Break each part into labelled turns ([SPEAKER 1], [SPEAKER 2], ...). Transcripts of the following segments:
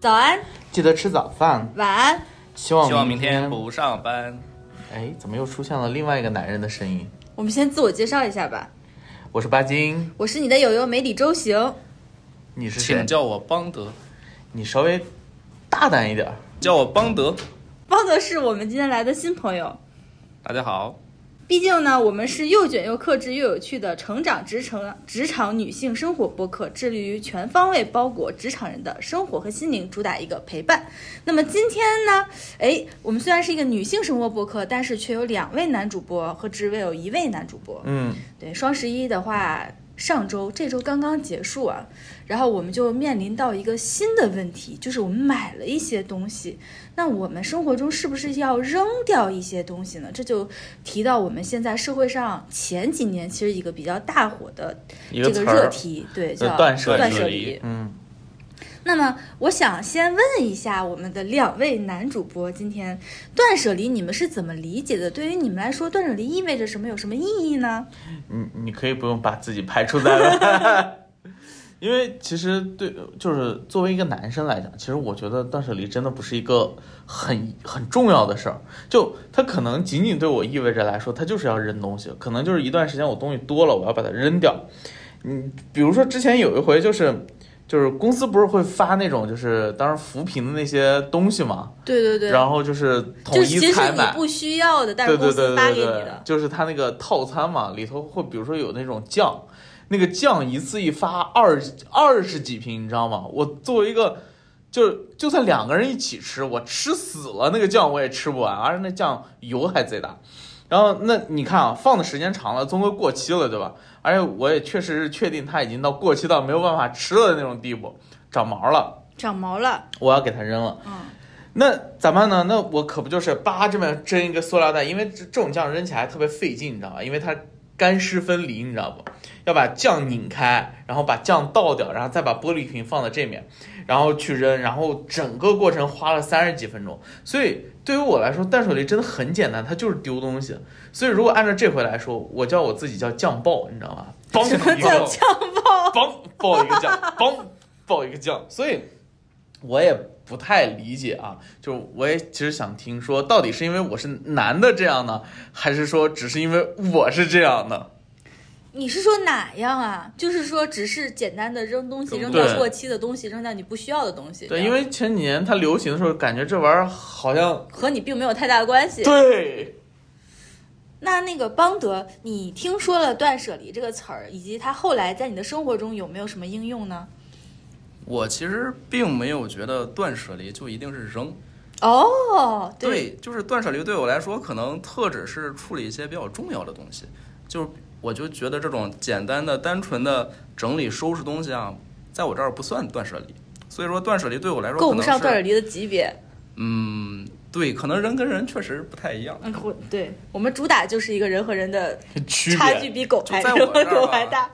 [SPEAKER 1] 早安，
[SPEAKER 2] 记得吃早饭。
[SPEAKER 1] 晚安，
[SPEAKER 2] 希望
[SPEAKER 3] 希望明天不上班。
[SPEAKER 2] 哎，怎么又出现了另外一个男人的声音？
[SPEAKER 1] 我们先自我介绍一下吧。
[SPEAKER 2] 我是巴金，
[SPEAKER 1] 我是你的友友梅里周行，
[SPEAKER 2] 你是谁
[SPEAKER 3] 请？叫我邦德，
[SPEAKER 2] 你稍微大胆一点儿。
[SPEAKER 3] 叫我邦德。
[SPEAKER 1] 邦德是我们今天来的新朋友。
[SPEAKER 3] 大家好，
[SPEAKER 1] 毕竟呢，我们是又卷又克制又有趣的成长职场职场女性生活播客，致力于全方位包裹职场人的生活和心灵，主打一个陪伴。那么今天呢，哎，我们虽然是一个女性生活播客，但是却有两位男主播和只有一位男主播。
[SPEAKER 2] 嗯，
[SPEAKER 1] 对，双十一的话，上周这周刚刚结束啊，然后我们就面临到一个新的问题，就是我们买了一些东西，那我们生活中是不是要扔掉一些东西呢？这就提到我们现在社会上前几年其实一个比较大火的
[SPEAKER 2] 一
[SPEAKER 1] 这
[SPEAKER 2] 词
[SPEAKER 1] 个热
[SPEAKER 2] 儿。
[SPEAKER 1] 题，对，
[SPEAKER 2] 呃
[SPEAKER 1] 叫
[SPEAKER 2] 断舍
[SPEAKER 1] 断
[SPEAKER 3] 离
[SPEAKER 1] 舍离。
[SPEAKER 2] 嗯，
[SPEAKER 1] 那么我想先问一下我们的两位男主播，今天断舍离你们是怎么理解的？对于你们来说，断舍离意味着什么？有什么意义呢？
[SPEAKER 2] 你你可以不用把自己排除在外， 因为其实对，就是作为一个男生来讲，其实我觉得断舍离真的不是一个很很重要的事儿。就它可能仅仅对我意味着来说，它就是要扔东西，可能就是一段时间我东西多了，我要把它扔掉。嗯，比如说之前有一回就是。就是公司不是会发那种就是当时扶贫的那些东西嘛，
[SPEAKER 1] 对对对，
[SPEAKER 2] 然后就是统
[SPEAKER 1] 就
[SPEAKER 2] 一
[SPEAKER 1] 其实
[SPEAKER 2] 采
[SPEAKER 1] 是你
[SPEAKER 2] 买，
[SPEAKER 1] 不需要的，但是
[SPEAKER 2] 对
[SPEAKER 1] 公
[SPEAKER 2] 对对
[SPEAKER 1] 司
[SPEAKER 2] 对
[SPEAKER 1] 发给
[SPEAKER 2] 对
[SPEAKER 1] 你
[SPEAKER 2] 对，
[SPEAKER 1] 的。
[SPEAKER 2] 就是它那个套餐嘛，里头会比如说有那种酱，那个酱一次一发二二十几瓶，你知道吗？我作为一个，就就算两个人一起吃，我吃死了那个酱我也吃不完，而且那酱油还贼大。然后那你看啊，放的时间长了，终归过期了，对吧？而且我也确实是确定它已经到过期到没有办法吃了的那种地步，长毛了，
[SPEAKER 1] 长毛了，
[SPEAKER 2] 我要给它扔了。
[SPEAKER 1] 嗯，
[SPEAKER 2] 那咋办呢？那我可不就是叭这么蒸一个塑料袋，因为这这种酱扔起来特别费劲，你知道吧？因为它干湿分离，你知道不？要把酱拧开，然后把酱倒掉，然后再把玻璃瓶放在这面，然后去扔，然后整个过程花了三十几分钟。所以对于我来说，断舍离真的很简单，它就是丢东西。所以如果按照这回来说，我叫我自己叫酱爆，你知道吧？嘣
[SPEAKER 3] 什么
[SPEAKER 2] 一
[SPEAKER 3] 叫
[SPEAKER 2] 个
[SPEAKER 1] 叫酱爆，
[SPEAKER 2] 嘣爆一个酱，嘣爆一个酱，所以我也不太理解啊。就我也其实想听说，到底是因为我是男的这样呢，还是说只是因为我是这样的？
[SPEAKER 1] 你是说哪样啊？就是说，只是简单的扔东西，
[SPEAKER 3] 扔
[SPEAKER 1] 扔
[SPEAKER 2] 对
[SPEAKER 1] 掉过期的东西，扔掉你不需要的东西。
[SPEAKER 2] 对，
[SPEAKER 1] 这样
[SPEAKER 2] 因为前几年它流行的时候，感觉这玩意儿好像
[SPEAKER 1] 和你并没有太大的关系。
[SPEAKER 2] 对，
[SPEAKER 1] 那那个邦德，你听说了“断舍离”这个词儿，以及它后来在你的生活中有没有什么应用呢？
[SPEAKER 3] 我其实并没有觉得断舍离就一定是扔，
[SPEAKER 1] 哦，，
[SPEAKER 3] 对，就是断舍离对我来说，可能特指是处理一些比较重要的东西，就是我就觉得这种简单的、单纯的整理收拾东西啊，在我这儿不算断舍离。所以说，断舍离对我来说
[SPEAKER 1] 够
[SPEAKER 3] 可
[SPEAKER 1] 不
[SPEAKER 3] 能
[SPEAKER 1] 上
[SPEAKER 3] 是
[SPEAKER 1] 断舍离的级别。
[SPEAKER 3] 嗯，对，可能人跟人确实不太一样。
[SPEAKER 1] 嗯，我对我们主打就是一个人和人的
[SPEAKER 2] 区
[SPEAKER 1] 差距
[SPEAKER 2] 别。
[SPEAKER 1] 比狗还
[SPEAKER 3] 就在我这儿吧
[SPEAKER 1] 狗还大。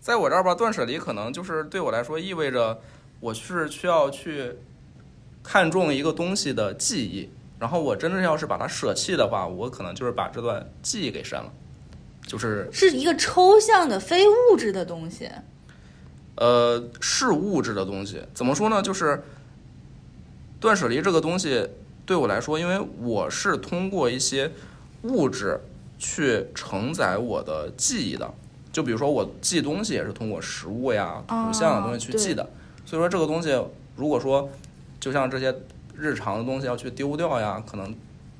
[SPEAKER 3] 在我这儿吧，断舍离可能就是对我来说意味着我是需要去看重一个东西的记忆，然后我真的要是把它舍弃的话，我可能就是把这段记忆给删了。就是
[SPEAKER 1] 是一个抽象的、非物质的东西。
[SPEAKER 3] 呃，是物质的东西，怎么说呢？就是断舍离这个东西对我来说，因为我是通过一些物质去承载我的记忆的。就比如说我记东西也是通过食物呀、
[SPEAKER 1] 啊
[SPEAKER 3] 图像的东西去记的。所以说这个东西，如果说就像这些日常的东西要去丢掉呀，可能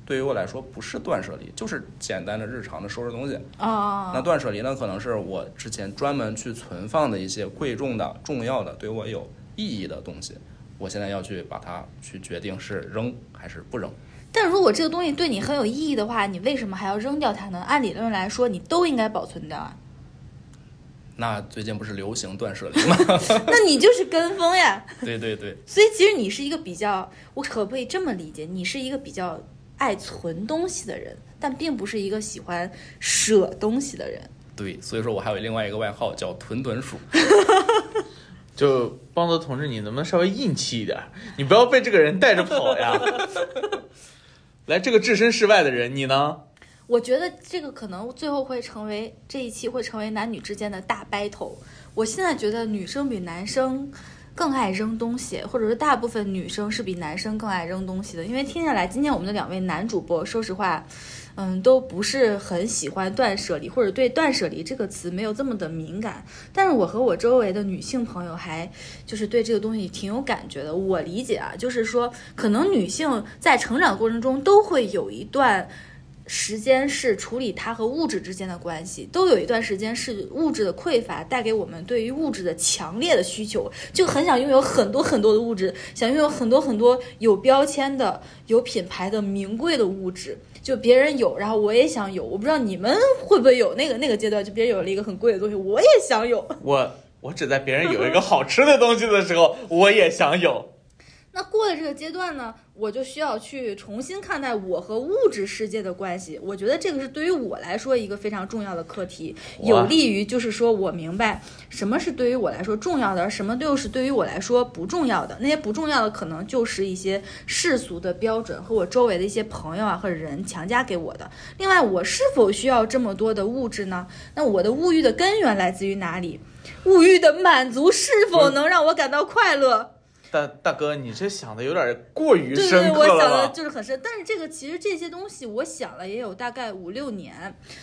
[SPEAKER 3] 对于我来说不是断舍离，就是简单的日常的收拾东西。
[SPEAKER 2] 嗯
[SPEAKER 1] 啊
[SPEAKER 3] 那断舍离呢，可能是我之前专门去存放的一些贵重的、重要的、对我有意义的东西，我现在要去把它去决定是扔还是不扔。
[SPEAKER 1] 但如果这个东西对你很有意义的话，你为什么还要扔掉它呢？按理论来说，你都应该保存掉啊。
[SPEAKER 3] 那最近不是流行断舍离 吗？
[SPEAKER 1] 那你就是跟风呀。
[SPEAKER 3] 对对对，
[SPEAKER 1] 所以其实你是一个比较，我可不可以这么理解？你是一个比较爱存东西的人，但并不是一个喜欢舍东西的人。
[SPEAKER 3] 对，所以说我还有另外一个外号叫“屯屯鼠
[SPEAKER 2] 就邦德同志，你能不能稍微硬气一点儿？你不要被这个人带着跑呀！ 来，这个置身事外的人，你呢？
[SPEAKER 1] 我觉得这个可能最后会成为这一期会成为男女之间的大 battle。我现在觉得女生比男生更爱扔东西，或者说大部分女生是比男生更爱扔东西的。因为听下来，今天我们的两位男主播，说实话，嗯，都不是很喜欢断舍离，或者对断舍离这个词没有这么的敏感。但是我和我周围的女性朋友还就是对这个东西挺有感觉的。我理解啊，就是说，可能女性在成长过程中都会有一段。时间是处理它和物质之间的关系，都有一段时间是物质的匮乏带给我们对于物质的强烈的需求，就很想拥有很多很多的物质，想拥有很多很多有标签的、有品牌的名贵的物质。就别人有，然后我也想有。我不知道你们会不会有那个那个阶段，就别人有了一个很贵的东西，我也想有。
[SPEAKER 2] 我我只在别人有一个好吃的东西的时候，我也想有。
[SPEAKER 1] 那过了这个阶段呢，我就需要去重新看待我和物质世界的关系。我觉得这个是对于我来说一个非常重要的课题，有
[SPEAKER 2] 哇
[SPEAKER 1] 利于就是说我明白什么是对于我来说重要的，而什么又是对于我来说不重要的。那些不重要的可能就是一些世俗的标准和我周围的一些朋友啊或者人强加给我的。另外，我是否需要这么多的物质呢？那我的物欲的根源来自于哪里？物欲的满足是否能让我感到快乐？
[SPEAKER 2] 大大哥，你这想的有点过于
[SPEAKER 1] 对对，
[SPEAKER 2] 深
[SPEAKER 1] 我
[SPEAKER 2] 刻
[SPEAKER 1] 想
[SPEAKER 2] 了
[SPEAKER 1] 的
[SPEAKER 2] 吧？
[SPEAKER 1] 就是很深，但是这个其实这些东西我想了也有大概五六年，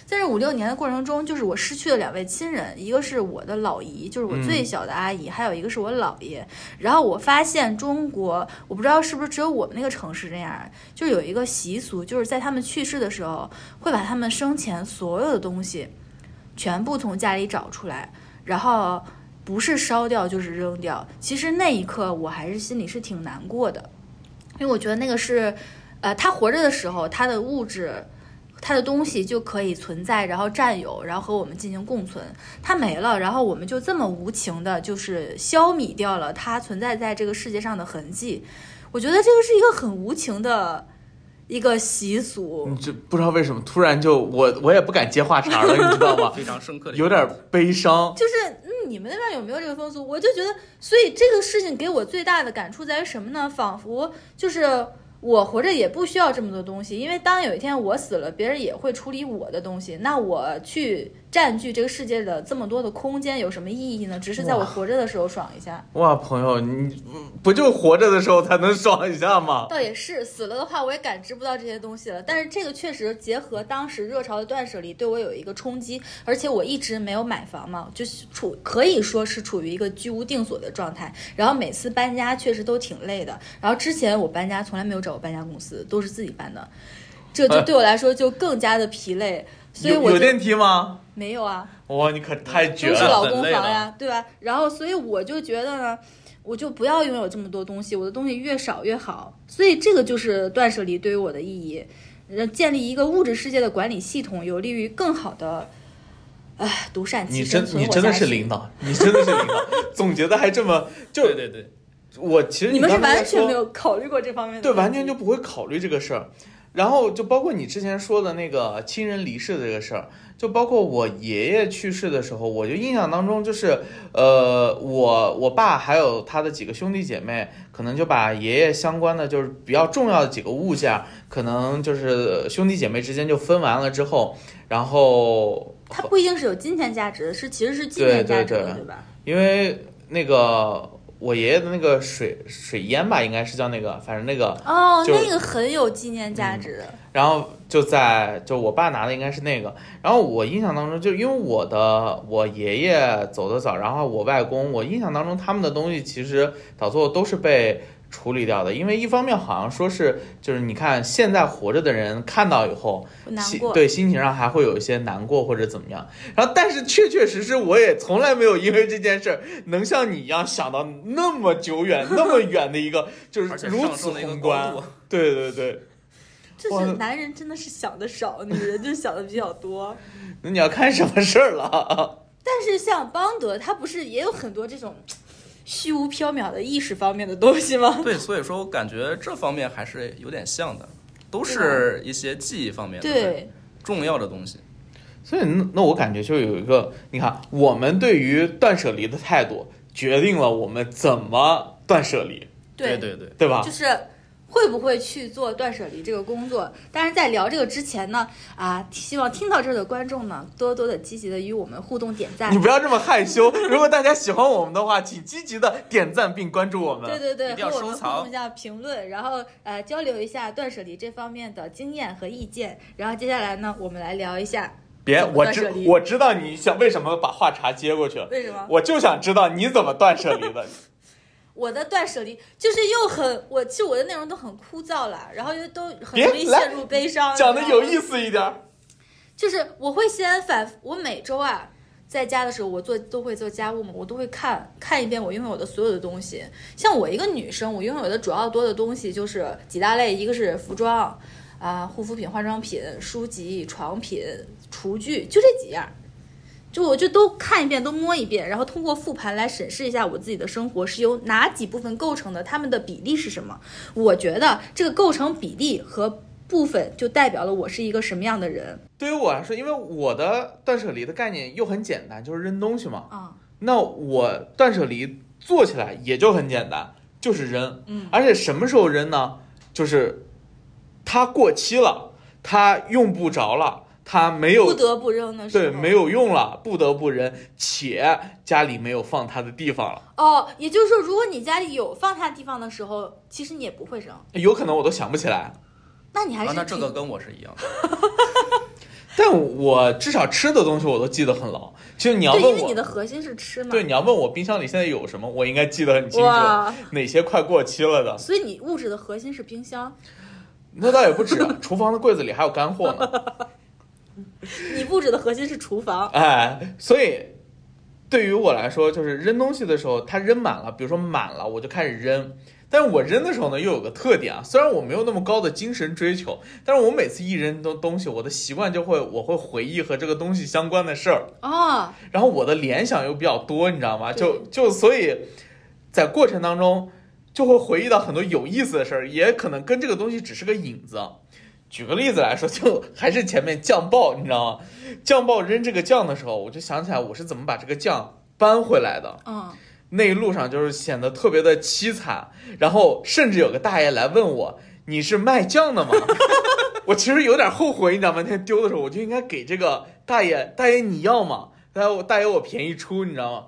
[SPEAKER 1] 在这五六年的过程中，就是我失去了两位亲人，一个是我的老姨，就是
[SPEAKER 2] 嗯
[SPEAKER 1] 我最小的阿姨，还有一个是我姥爷。然后我发现中国，我不知道是不是只有我们那个城市这样，就是有一个习俗，就是在他们去世的时候，会把他们生前所有的东西全部从家里找出来，然后。不是烧掉就是扔掉，其实那一刻我还是心里是挺难过的，因为我觉得那个是，呃，他活着的时候，他的物质，他的东西就可以存在，然后占有，然后和我们进行共存。他没了，然后我们就这么无情的，就是消弭掉了他存在在这个世界上的痕迹。我觉得这个是一个很无情的一个习俗。
[SPEAKER 2] 你这不知道为什么突然就我我也不敢接话茬了，你知道吗？
[SPEAKER 3] 非常深刻的一个
[SPEAKER 2] 有点悲伤。
[SPEAKER 1] 就是嗯，你们那边有没有这个风俗？我就觉得，所以这个事情给我最大的感触在于什么呢？仿佛就是我活着也不需要这么多东西，因为当有一天我死了，别人也会处理我的东西，那我去占据这个世界的这么多的空间有什么意义呢？只是在我
[SPEAKER 2] 哇
[SPEAKER 1] 活着的时候爽一下，
[SPEAKER 2] 哇，朋友，你不就活着的时候才能爽一下吗？
[SPEAKER 1] 倒也是死了的话，我也感知不到这些东西了。但是这个确实结合当时热潮的断舍离，对我有一个冲击。而且我一直没有买房嘛，就是处可以说是处于一个居无定所的状态。然后每次搬家确实都挺累的。然后之前我搬家从来没有找过搬家公司，都是自己搬的，这就对我来说就更加的疲累。所以
[SPEAKER 2] 呃有
[SPEAKER 1] 我
[SPEAKER 2] 有
[SPEAKER 1] 就
[SPEAKER 2] 电梯吗？
[SPEAKER 1] 没有啊，
[SPEAKER 2] 哇，你可太绝
[SPEAKER 1] 都是老
[SPEAKER 2] 了！
[SPEAKER 1] 公
[SPEAKER 3] 很累
[SPEAKER 1] 房
[SPEAKER 3] 了
[SPEAKER 1] 呀，对吧？然后，所以我就觉得呢，我就不要拥有这么多东西，我的东西越少越好。所以这个就是断舍离对于我的意义，呃建立一个物质世界的管理系统，有利于更好的，唉，独善
[SPEAKER 2] 你
[SPEAKER 1] 其身，
[SPEAKER 2] 真
[SPEAKER 1] 存
[SPEAKER 2] 你
[SPEAKER 1] 活
[SPEAKER 2] 真的
[SPEAKER 1] 下
[SPEAKER 2] 是
[SPEAKER 1] 去
[SPEAKER 2] 领导，你真的是领导，总结的还这么就
[SPEAKER 3] 对对对，
[SPEAKER 2] 我其实
[SPEAKER 1] 你们是
[SPEAKER 2] 刚才
[SPEAKER 1] 完全
[SPEAKER 2] 说
[SPEAKER 1] 没有考虑过这方面的，
[SPEAKER 2] 对，完全就。不会考虑这个事儿。然后就包括你之前说的那个亲人离世的这个事儿，就包括我爷爷去世的时候，我就印象当中就是，呃，我我爸还有他的几个兄弟姐妹，可能就把爷爷相关的就是比较重要的几个物件儿，可能就是兄弟姐妹之间就分完了之后，然后
[SPEAKER 1] 它不一定是有金钱价值，是其实是纪
[SPEAKER 2] 对
[SPEAKER 1] 念价
[SPEAKER 2] 对
[SPEAKER 1] 值的，
[SPEAKER 2] 对
[SPEAKER 1] 对吧？
[SPEAKER 2] 因为那个我爷爷的那个水水淹吧，应该是叫那个，反正那个
[SPEAKER 1] 哦，
[SPEAKER 2] 就嗯
[SPEAKER 1] 那个很有纪念价值。
[SPEAKER 2] 然后就在就我爸拿的应该是那个，然后我印象当中就因为我的我爷爷走得早，然后我外公，我印象当中他们的东西其实到最后都是被处理掉的，因为一方面好像说是就是你看现在活着的人看到以后，
[SPEAKER 1] 我难
[SPEAKER 2] 心
[SPEAKER 1] 过。
[SPEAKER 2] 对心情上还会有一些难过或者怎么样，然后但是确确实实我也从来没有因为这件事儿能像你一样想到那么久远那么远的一个就是
[SPEAKER 3] 而且
[SPEAKER 2] 如
[SPEAKER 3] 上
[SPEAKER 2] 此
[SPEAKER 3] 升了一个
[SPEAKER 2] 宏
[SPEAKER 3] 高
[SPEAKER 2] 观
[SPEAKER 3] 度，，
[SPEAKER 2] 对对对。
[SPEAKER 1] 就
[SPEAKER 2] 哇
[SPEAKER 1] 是男人真的是想的少，女人就想的比较多。
[SPEAKER 2] 那你要看什么事儿了？
[SPEAKER 1] 但是像邦德，他不是也有很多这种虚无缥缈的意识方面的东西 吗？
[SPEAKER 3] 对，所以说我感觉这方面还是有点像的，都是一些记忆方面的
[SPEAKER 1] 对，
[SPEAKER 3] 重要的东西。
[SPEAKER 2] 所以那那我感觉就有一个，你看我们对于断舍离的态度，决定了我们怎么断舍离，
[SPEAKER 3] 对
[SPEAKER 1] 对，
[SPEAKER 3] 对，
[SPEAKER 2] 对吧
[SPEAKER 1] 就？是会不会去做断舍离这个工作。当然，在聊这个之前呢，啊，希望听到这儿的观众呢，多多的积极的与我们互动点赞
[SPEAKER 2] 你。不要这么害羞。 如果大家喜欢我们的话，请积极的点赞并关注我们。
[SPEAKER 1] 对对对，
[SPEAKER 3] 一定要
[SPEAKER 1] 和我们
[SPEAKER 3] 收藏
[SPEAKER 1] 互动一下评论，然后呃交流一下断舍离这方面的经验和意见。然后接下来呢，我们来聊一下
[SPEAKER 2] 别，
[SPEAKER 1] 怎么
[SPEAKER 2] 我
[SPEAKER 1] 断
[SPEAKER 2] 知
[SPEAKER 1] 舍离
[SPEAKER 2] 我知道你想为什么把话茬接过去了，
[SPEAKER 1] 为什么
[SPEAKER 2] 我就想知道你怎么断舍离 的。
[SPEAKER 1] 我的断舍离就是又很，我其实我的内容都很枯燥啦，然后又都很
[SPEAKER 2] 别
[SPEAKER 1] 容易陷入悲伤。
[SPEAKER 2] 讲的有意
[SPEAKER 1] 思，
[SPEAKER 2] 思一点儿。
[SPEAKER 1] 就是我会先反复，我每周啊。在家的时候，我做都会做家务嘛，我都会看看一遍我拥有的所有的东西。像我一个女生，我拥有的主要多的东西就是几大类，一个是服装，啊，护肤品、化妆品、书籍、床品、厨具，就这几样。就我就都看一遍，都摸一遍，然后通过复盘来审视一下我自己的生活是由哪几部分构成的，它们的比例是什么。我觉得这个构成比例和部分就代表了我是一个什么样的人
[SPEAKER 2] 对于我来说，因为我的断舍离的概念又很简单，就是扔东西嘛。
[SPEAKER 1] 啊、
[SPEAKER 2] 那我断舍离做起来也就很简单，就是扔。
[SPEAKER 1] 嗯，
[SPEAKER 2] 而且什么时候扔呢？就是它过期了，它用不着了，它没有
[SPEAKER 1] 不得不扔的时候，
[SPEAKER 2] 对没有用了，不得不扔，且家里没有放它的地方了。
[SPEAKER 1] 哦，也就是说，如果你家里有放它地方的时候，其实你也不会扔，
[SPEAKER 2] 有可能我都想不起来，
[SPEAKER 1] 那你还是
[SPEAKER 3] 啊，那这
[SPEAKER 1] 挺
[SPEAKER 3] 个跟我是一样的。
[SPEAKER 2] 但我至少吃的东西我都记得很牢。其实你要
[SPEAKER 1] 对，
[SPEAKER 2] 问
[SPEAKER 1] 因为你
[SPEAKER 2] 我，
[SPEAKER 1] 的核心是吃嘛，
[SPEAKER 2] 对你要问我冰箱里现在有什么，我应该记得很清楚，
[SPEAKER 1] 哇，
[SPEAKER 2] 哪些快过期了的。
[SPEAKER 1] 所以你物质的核心是冰箱，
[SPEAKER 2] 那倒也 不止啊、厨房的柜子里还有干货呢。
[SPEAKER 1] 你物质的核心是厨房，
[SPEAKER 2] 哎，所以对于我来说，就是扔东西的时候，它扔满了，比如说满了，我就开始扔。但是我扔的时候呢，又有个特点啊，虽然我没有那么高的精神追求，但是我每次一扔东东西，我的习惯就会，我会回忆和这个东西相关的事儿，
[SPEAKER 1] 哦，
[SPEAKER 2] 然后我的联想又比较多，你知道吗？
[SPEAKER 1] 对
[SPEAKER 2] 就就所以，在过程当中就会回忆到很多有意思的事儿，也可能跟这个东西只是个影子。举个例子来说，就还是前面酱爆，你知道吗？酱爆扔这个酱的时候，我就想起来我是怎么把这个酱搬回来的。
[SPEAKER 1] 嗯。
[SPEAKER 2] 那一路上就是显得特别的凄惨，然后甚至有个大爷来问我：“你是卖酱的吗？” 我其实有点后悔，你知道吗？那天丢的时候我就应该给这个大爷，大爷你要吗？大爷我大爷我便宜出，你知道吗？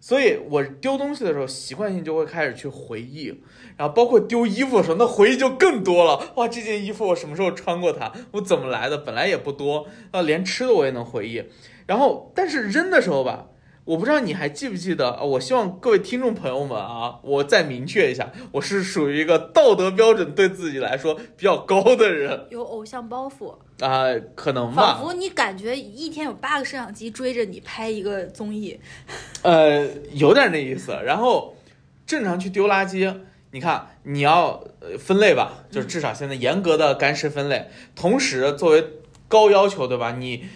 [SPEAKER 2] 所以我丢东西的时候，习惯性就会开始去回忆，然后包括丢衣服的时候，那回忆就更多了。哇，这件衣服我什么时候穿过它？我怎么来的？本来也不多，啊，连吃的我也能回忆。然后，但是扔的时候吧，我不知道你还记不记得，呃我希望各位听众朋友们啊，我再明确一下，我是属于一个道德标准对自己来说比较高的人
[SPEAKER 1] 有偶像包袱，
[SPEAKER 2] 啊、可能
[SPEAKER 1] 仿
[SPEAKER 2] 吧，
[SPEAKER 1] 佛你感觉一天有八个摄像机追着你拍一个综艺。
[SPEAKER 2] 呃，有点那意思。然后正常去丢垃圾，你看你要呃分类吧，就至少现在严格的干湿分类，同时作为高要求，对吧？你。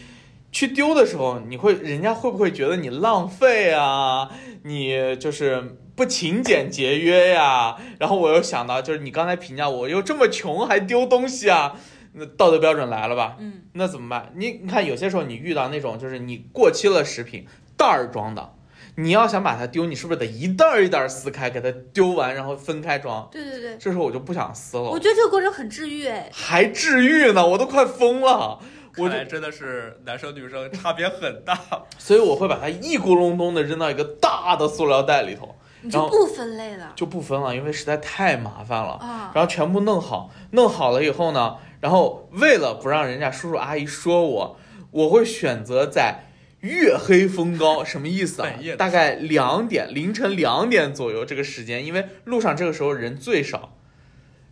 [SPEAKER 2] 去丢的时候，你会人家会不会觉得你浪费啊？你就是不勤俭节约呀、然后我又想到，就是你刚才评价我又这么穷还丢东西啊，那道德标准来了吧？
[SPEAKER 1] 嗯，
[SPEAKER 2] 那怎么办？你你看，有些时候你遇到那种就是你过期了食品袋儿装的，你要想把它丢，你是不是得一袋儿一袋儿撕开，给它丢完，然后分开装？
[SPEAKER 1] 对对对，
[SPEAKER 2] 这时候我就不想撕
[SPEAKER 1] 我
[SPEAKER 2] 了，
[SPEAKER 1] 觉得这个过程很治愈哎。
[SPEAKER 2] 还治愈呢，我都快疯了。我
[SPEAKER 3] 看来
[SPEAKER 2] 就
[SPEAKER 3] 真的是男生女生差别很 大。
[SPEAKER 2] 所以我会把它一咕隆咚的扔到一个大的塑料袋里头，
[SPEAKER 1] 你
[SPEAKER 2] 然
[SPEAKER 1] 就
[SPEAKER 2] 后
[SPEAKER 1] 不分类了
[SPEAKER 2] 就不分了，因为实在太麻烦了。
[SPEAKER 1] 啊？
[SPEAKER 2] 然后全部弄好，弄好了以后呢，然后为了不让人家叔叔阿姨说我，我会选择在月黑风高，什么意思啊
[SPEAKER 3] 半夜？的
[SPEAKER 2] 大概两点，凌晨两点左右这个时间，因为路上这个时候人最少，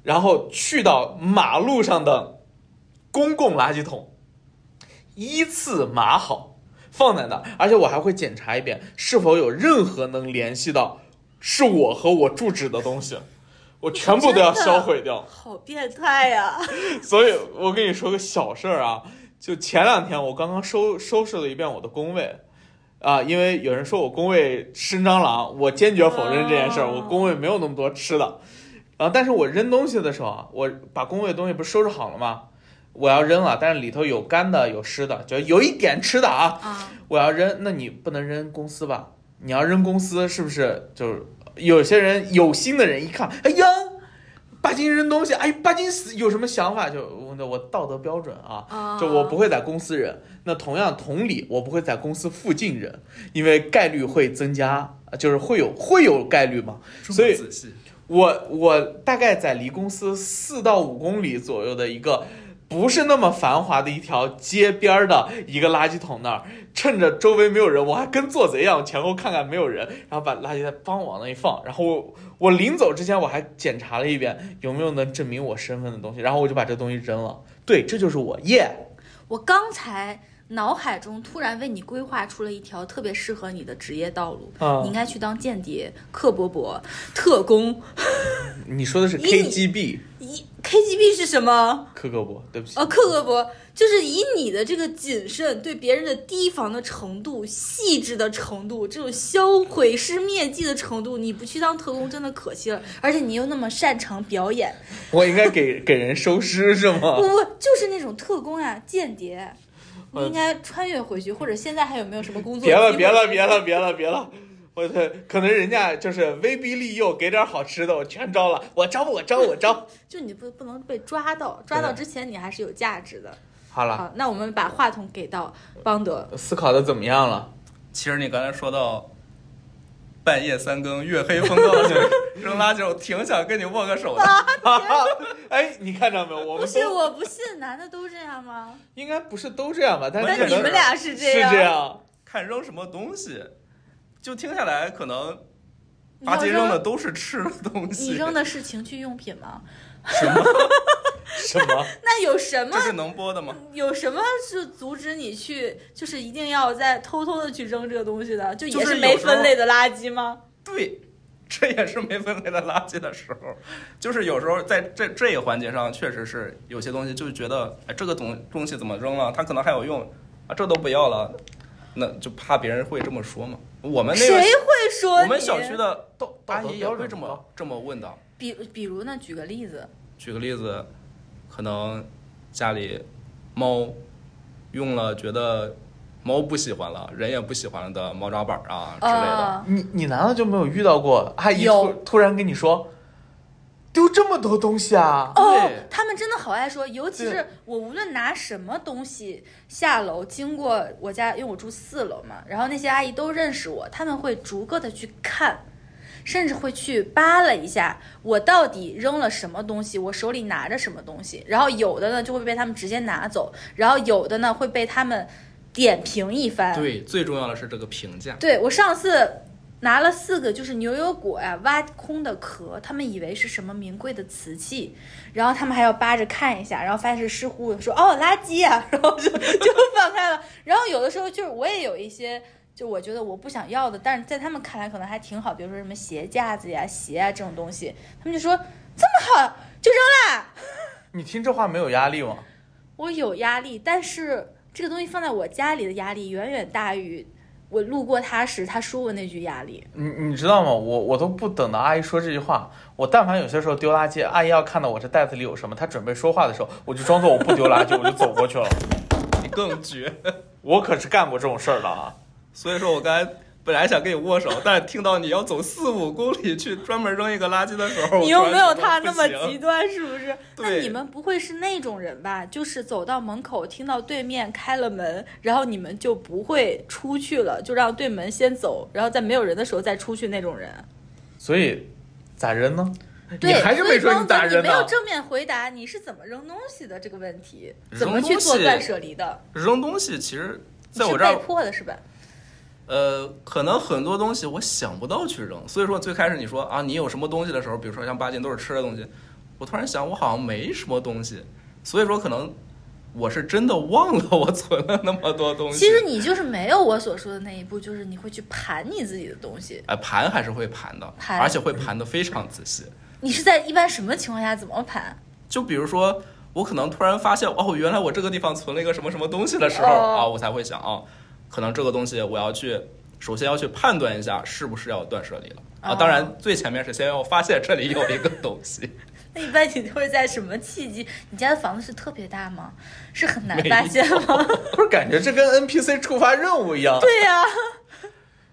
[SPEAKER 2] 然后去到马路上的公共垃圾桶，依次码好。放在那儿，而且我还会检查一遍是否有任何能联系到是我和我住址的东西，我全部都要销毁掉。
[SPEAKER 1] 好变态呀、
[SPEAKER 2] 所以我跟你说个小事儿啊，就前两天我刚刚收收拾了一遍我的工位，啊，因为有人说我工位吃蟑螂，我坚决否认这件事儿，
[SPEAKER 1] 哦
[SPEAKER 2] 我工位没有那么多吃的。然后，但是我扔东西的时候啊，我把工位的东西不是收拾好了吗？我要扔啊了，但是里头有干的，有湿的，就有一点吃的啊，
[SPEAKER 1] 啊！啊，
[SPEAKER 2] 我要扔，那你不能扔公司吧？你要扔公司，是不是就是有些人有心的人一看，哎呀，巴金扔东西，哎，巴金死有什么想法？就我我道德标准啊，
[SPEAKER 1] 啊
[SPEAKER 2] 就我不会在公司忍。那同样同理，我不会在公司附近忍，因为概率会增加，就是会有会有概率嘛。
[SPEAKER 3] 这
[SPEAKER 2] 所
[SPEAKER 3] 么
[SPEAKER 2] 以
[SPEAKER 3] 仔细，
[SPEAKER 2] 我我大概在离公司四到五公里左右的一个不是那么繁华的一条街边儿的一个垃圾桶那儿，趁着周围没有人，我还跟做贼一样前后看看没有人，然后把垃圾袋帮往那一放，然后我我临走之前我还检查了一遍有没有能证明我身份的东西，然后我就把这东西扔了。对，这就是我耶
[SPEAKER 1] 我刚才脑海中突然为你规划出了一条特别适合你的职业道路，
[SPEAKER 2] 啊
[SPEAKER 1] 你应！该去当间谍、克伯伯、特工。
[SPEAKER 2] 你说的是
[SPEAKER 1] 以
[SPEAKER 2] KGB
[SPEAKER 1] 一 KGB 是什么？
[SPEAKER 2] 克格勃，对不起
[SPEAKER 1] 呃，，克格勃就是以你的这个谨慎、对别人的提防的程度、细致的程度、这种销毁式灭迹的程度，你不去当特工真的可惜了。而且你又那么擅长表演，
[SPEAKER 2] 我应该给给人收尸是吗
[SPEAKER 1] 不？不，就是那种特工啊，间谍，你应该穿越回去，或者现在还有没有什么工作？
[SPEAKER 2] 呃 别了，别了，别！了，别了，别了！ 我的可能人家就是威逼利诱，给点好吃的，我全招了，我招，我招，我招。
[SPEAKER 1] 就你不不能被抓到，抓到
[SPEAKER 2] 对
[SPEAKER 1] 之前你还是有价值的。
[SPEAKER 2] 好
[SPEAKER 3] 啊
[SPEAKER 2] 了，呃
[SPEAKER 1] 好，那我们把话筒给到邦德。
[SPEAKER 2] 思考的怎么样 了？
[SPEAKER 3] 其实你刚才说到半夜三更、月黑风高的时候 扔垃圾，我挺想跟你握个手的。
[SPEAKER 1] 啊
[SPEAKER 2] 哎，你看到没有？我
[SPEAKER 1] 不
[SPEAKER 2] 们
[SPEAKER 1] 是，
[SPEAKER 2] 都
[SPEAKER 1] 我不信，男的都这样吗？
[SPEAKER 2] 应该不是都这样吧？但
[SPEAKER 1] 那
[SPEAKER 2] 是
[SPEAKER 3] 但
[SPEAKER 2] 可能
[SPEAKER 1] 你们俩是
[SPEAKER 2] 是
[SPEAKER 1] 这样。
[SPEAKER 2] 这样，
[SPEAKER 3] 看扔什么东西，就听下来可能
[SPEAKER 1] 你
[SPEAKER 3] 巴
[SPEAKER 1] 要
[SPEAKER 3] 金
[SPEAKER 1] 扔
[SPEAKER 3] 扔的都是吃的东西。
[SPEAKER 1] 你扔的是情趣用品吗？
[SPEAKER 3] 什么？
[SPEAKER 2] 什么？
[SPEAKER 1] 那有什么
[SPEAKER 3] 这是能播的吗？
[SPEAKER 1] 有什么是阻止你去，就是一定要再偷偷的去扔这个东西的？就
[SPEAKER 3] 就
[SPEAKER 1] 也
[SPEAKER 3] 是
[SPEAKER 1] 没
[SPEAKER 3] 有时候
[SPEAKER 1] 分类的垃圾吗？
[SPEAKER 3] 对，这也是没分类的垃圾的时候，就是有时候在这这一环节上，确实是有些东西就觉得，哎，这个东东西怎么扔了？它可能还有用啊，这都不要了，那就怕别人会这么说嘛。我们呃那
[SPEAKER 1] 谁
[SPEAKER 3] 个
[SPEAKER 1] 会说你？
[SPEAKER 3] 我们小区的
[SPEAKER 2] 道
[SPEAKER 3] 阿姨也会这
[SPEAKER 2] 么
[SPEAKER 3] 么这么问的。
[SPEAKER 1] 比比如呢，举个例子，
[SPEAKER 3] 举个例子，可能家里猫用了觉得猫不喜欢了，人也不喜欢了的猫抓板啊之类的，
[SPEAKER 1] 呃，
[SPEAKER 2] 你你难道就没有遇到过阿姨突
[SPEAKER 1] 有
[SPEAKER 2] 突然跟你说丢这么多东西啊？
[SPEAKER 1] 哦
[SPEAKER 3] 对，
[SPEAKER 1] 他们真的好爱说，尤其是
[SPEAKER 2] 对
[SPEAKER 1] 我无论拿什么东西下楼，经过我家，因为我住四楼嘛，然后那些阿姨都认识我，他们会逐个的去看，甚至会去扒拉一下我到底扔了什么东西，我手里拿着什么东西，然后有的呢就会被他们直接拿走，然后有的呢会被他们点评一番，
[SPEAKER 3] 对，最重要的是这个评价。
[SPEAKER 1] 对我上次拿了四个，就是牛油果呀、挖空的壳，他们以为是什么名贵的瓷器，然后他们还要扒着看一下，然后发现是湿乎乎的，说哦垃圾呀、 然后就就放开了。然后有的时候就是我也有一些。就我觉得我不想要的，但是在他们看来可能还挺好，比如说什么鞋架子呀、鞋啊这种东西，他们就说这么好就扔啦。
[SPEAKER 2] 你听这话没有压力吗？
[SPEAKER 1] 我有压力，但是这个东西放在我家里的压力远远大于我路过他时他说我那句压力。
[SPEAKER 2] 你你知道吗？我我都不等到阿姨说这句话，我但凡有些时候丢垃圾，阿姨要看到我这袋子里有什么，她准备说话的时候，我就装作我不丢垃圾，我就走过去了。
[SPEAKER 3] 你更绝。
[SPEAKER 2] 我可是干过这种事儿的啊！
[SPEAKER 3] 所以说我刚才本来想跟你握手，但是听到你要走四五公里去专门扔一个垃圾的时 候，
[SPEAKER 1] 你
[SPEAKER 3] 我
[SPEAKER 1] 又
[SPEAKER 3] 突然
[SPEAKER 1] 没有
[SPEAKER 3] 觉得
[SPEAKER 1] 他
[SPEAKER 3] 不
[SPEAKER 1] 那么
[SPEAKER 3] 行
[SPEAKER 1] 极端，是不是？ 那
[SPEAKER 3] 对
[SPEAKER 1] 你们不会是那种人吧？就是走到门口，听到对面开了门，然后你们就不会出去了，就让对门先走，然后在没有人的时候再出去那种人。
[SPEAKER 3] 哎
[SPEAKER 2] 所以咋扔呢？
[SPEAKER 1] 对，
[SPEAKER 2] 你还是没
[SPEAKER 1] 所
[SPEAKER 2] 说
[SPEAKER 1] 以光
[SPEAKER 2] 你咋
[SPEAKER 1] 子
[SPEAKER 3] 啊
[SPEAKER 1] 你
[SPEAKER 2] 扔
[SPEAKER 1] 没有
[SPEAKER 2] 呢？
[SPEAKER 1] 正面回答你是怎么扔东西的这个问题，
[SPEAKER 3] 扔
[SPEAKER 1] 怎么去做
[SPEAKER 3] 东西
[SPEAKER 1] 断舍离的？
[SPEAKER 3] 扔东西其实
[SPEAKER 1] 你
[SPEAKER 3] 在
[SPEAKER 1] 是
[SPEAKER 3] 我这
[SPEAKER 1] 被
[SPEAKER 3] 儿，
[SPEAKER 1] 迫的是吧？
[SPEAKER 3] 呃，可能很多东西我想不到去扔。所以说最开始你说啊，你有什么东西的时候，比如说像八斤都是吃的东西，我突然想我好像没什么东西，所以说可能我是真的忘了我存了那么多东西。
[SPEAKER 1] 其实你就是没有我所说的那一步，就是你会去盘你自己的东西。
[SPEAKER 3] 哎，盘还是会盘的，
[SPEAKER 1] 盘
[SPEAKER 3] 而且会盘的非常仔细。
[SPEAKER 1] 你是在一般什么情况下怎么盘？
[SPEAKER 3] 就比如说，我可能突然发现，哦，原来我这个地方存了一个什么什么东西的时候
[SPEAKER 1] 哦
[SPEAKER 3] 啊，我才会想啊，可能这个东西我要去，首先要去判断一下是不是要断舍离了啊。
[SPEAKER 1] 哦
[SPEAKER 3] 当然，最前面是先要发现这里有一个东西，
[SPEAKER 1] 那一般你会在什么契机？你家的房子是特别大吗？是很难
[SPEAKER 3] 没
[SPEAKER 1] 发现 吗？
[SPEAKER 2] 不是感觉这跟 NPC 触发任务一样？
[SPEAKER 1] 对呀、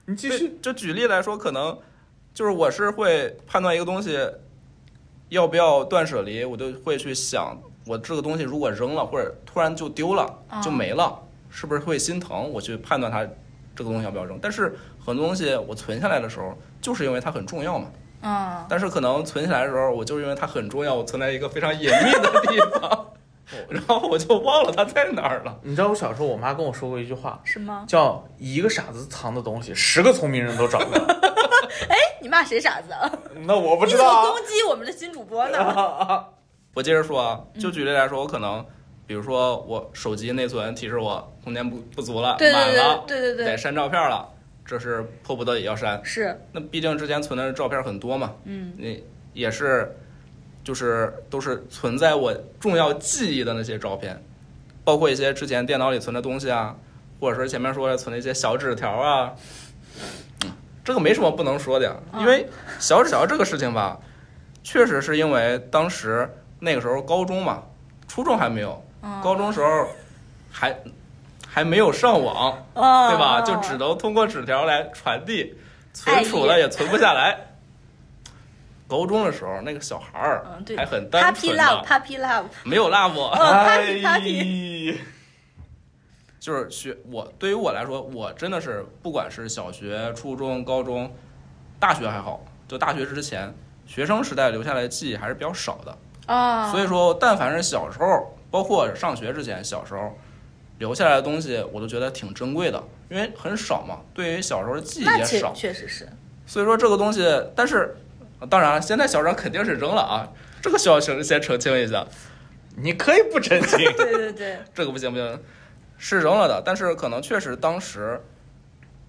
[SPEAKER 2] 你继
[SPEAKER 3] 就
[SPEAKER 2] 续。
[SPEAKER 3] 就举例来说，可能就是我是会判断一个东西要不要断舍离，我就会去想，我这个东西如果扔了或者突然就丢了
[SPEAKER 1] 啊
[SPEAKER 3] 就没了，是不是会心疼？我去判断它这个东西要不要扔。但是很多东西我存下来的时候，就是因为它很重要嘛。
[SPEAKER 1] 嗯，
[SPEAKER 3] 但是可能存起来的时候，我就是因为它很重要，我存在一个非常隐秘的地方， 然后我就忘了它在哪儿了。
[SPEAKER 2] 你知道我小时候，我妈跟我说过一句话，
[SPEAKER 1] 是吗？
[SPEAKER 2] 叫“一个傻子藏的东西，十个聪明人都找 不到。
[SPEAKER 1] 哎，你骂谁傻子啊？”
[SPEAKER 2] 那我不
[SPEAKER 1] 你
[SPEAKER 2] 知
[SPEAKER 1] 怎
[SPEAKER 2] 道
[SPEAKER 1] 么
[SPEAKER 2] 啊
[SPEAKER 1] 攻击我们的新主播
[SPEAKER 2] 啊
[SPEAKER 1] 呢？
[SPEAKER 2] 啊 啊。
[SPEAKER 3] 我接着说啊，
[SPEAKER 1] 嗯
[SPEAKER 3] 就举例来说，我可能，比如说我手机内存提示我空间不不足了，
[SPEAKER 1] 对
[SPEAKER 3] 满
[SPEAKER 1] 对
[SPEAKER 3] 了，
[SPEAKER 1] 对对对
[SPEAKER 3] 得
[SPEAKER 1] 对，
[SPEAKER 3] 删照片了，这是迫不得已要删。
[SPEAKER 1] 是，
[SPEAKER 3] 那毕竟之前存的照片很多嘛，
[SPEAKER 1] 嗯
[SPEAKER 3] 那也是，就是都是存在我重要记忆的那些照片，包括一些之前电脑里存的东西啊，或者是前面说的存的一些小纸条啊，这个没什么不能说的呀，
[SPEAKER 1] 嗯
[SPEAKER 3] 因为小纸条这个事情吧，确实是因为当时那个时候高中嘛，初中还没有，
[SPEAKER 1] 嗯，
[SPEAKER 3] 高中时候还还没有上网，
[SPEAKER 1] 哦
[SPEAKER 3] 对吧？就只能通过纸条来传递，存储
[SPEAKER 1] 爱
[SPEAKER 3] 了
[SPEAKER 1] 意
[SPEAKER 3] 也存不下来。高中的时候，那个小孩儿
[SPEAKER 1] 嗯对
[SPEAKER 3] 还很单
[SPEAKER 1] Puppy
[SPEAKER 3] 纯
[SPEAKER 1] love,
[SPEAKER 3] 的，
[SPEAKER 1] puppy love，
[SPEAKER 3] 没有
[SPEAKER 2] 哎
[SPEAKER 3] love，
[SPEAKER 1] 哦，puppy puppy，
[SPEAKER 3] 就是学我对于我来说，我真的是不管是小学、初中、高中、大学还好，就大学之前，学生时代留下来的记忆还是比较少的。
[SPEAKER 1] 哦，
[SPEAKER 3] 所以说，但凡是小时候，包括上学之前，小时候留下来的东西，我都觉得挺珍贵的，因为很少嘛，对于小时候的记忆
[SPEAKER 1] 那
[SPEAKER 3] 也
[SPEAKER 1] 确
[SPEAKER 3] 少。
[SPEAKER 1] 确实是，
[SPEAKER 3] 所以说这个东西，但是呃当然了，现在小张肯定是扔了啊，这个需要先先澄清一下，
[SPEAKER 2] 你可以不澄清。
[SPEAKER 1] 对对对，
[SPEAKER 3] 这个不行不行，是扔了的，但是可能确实当时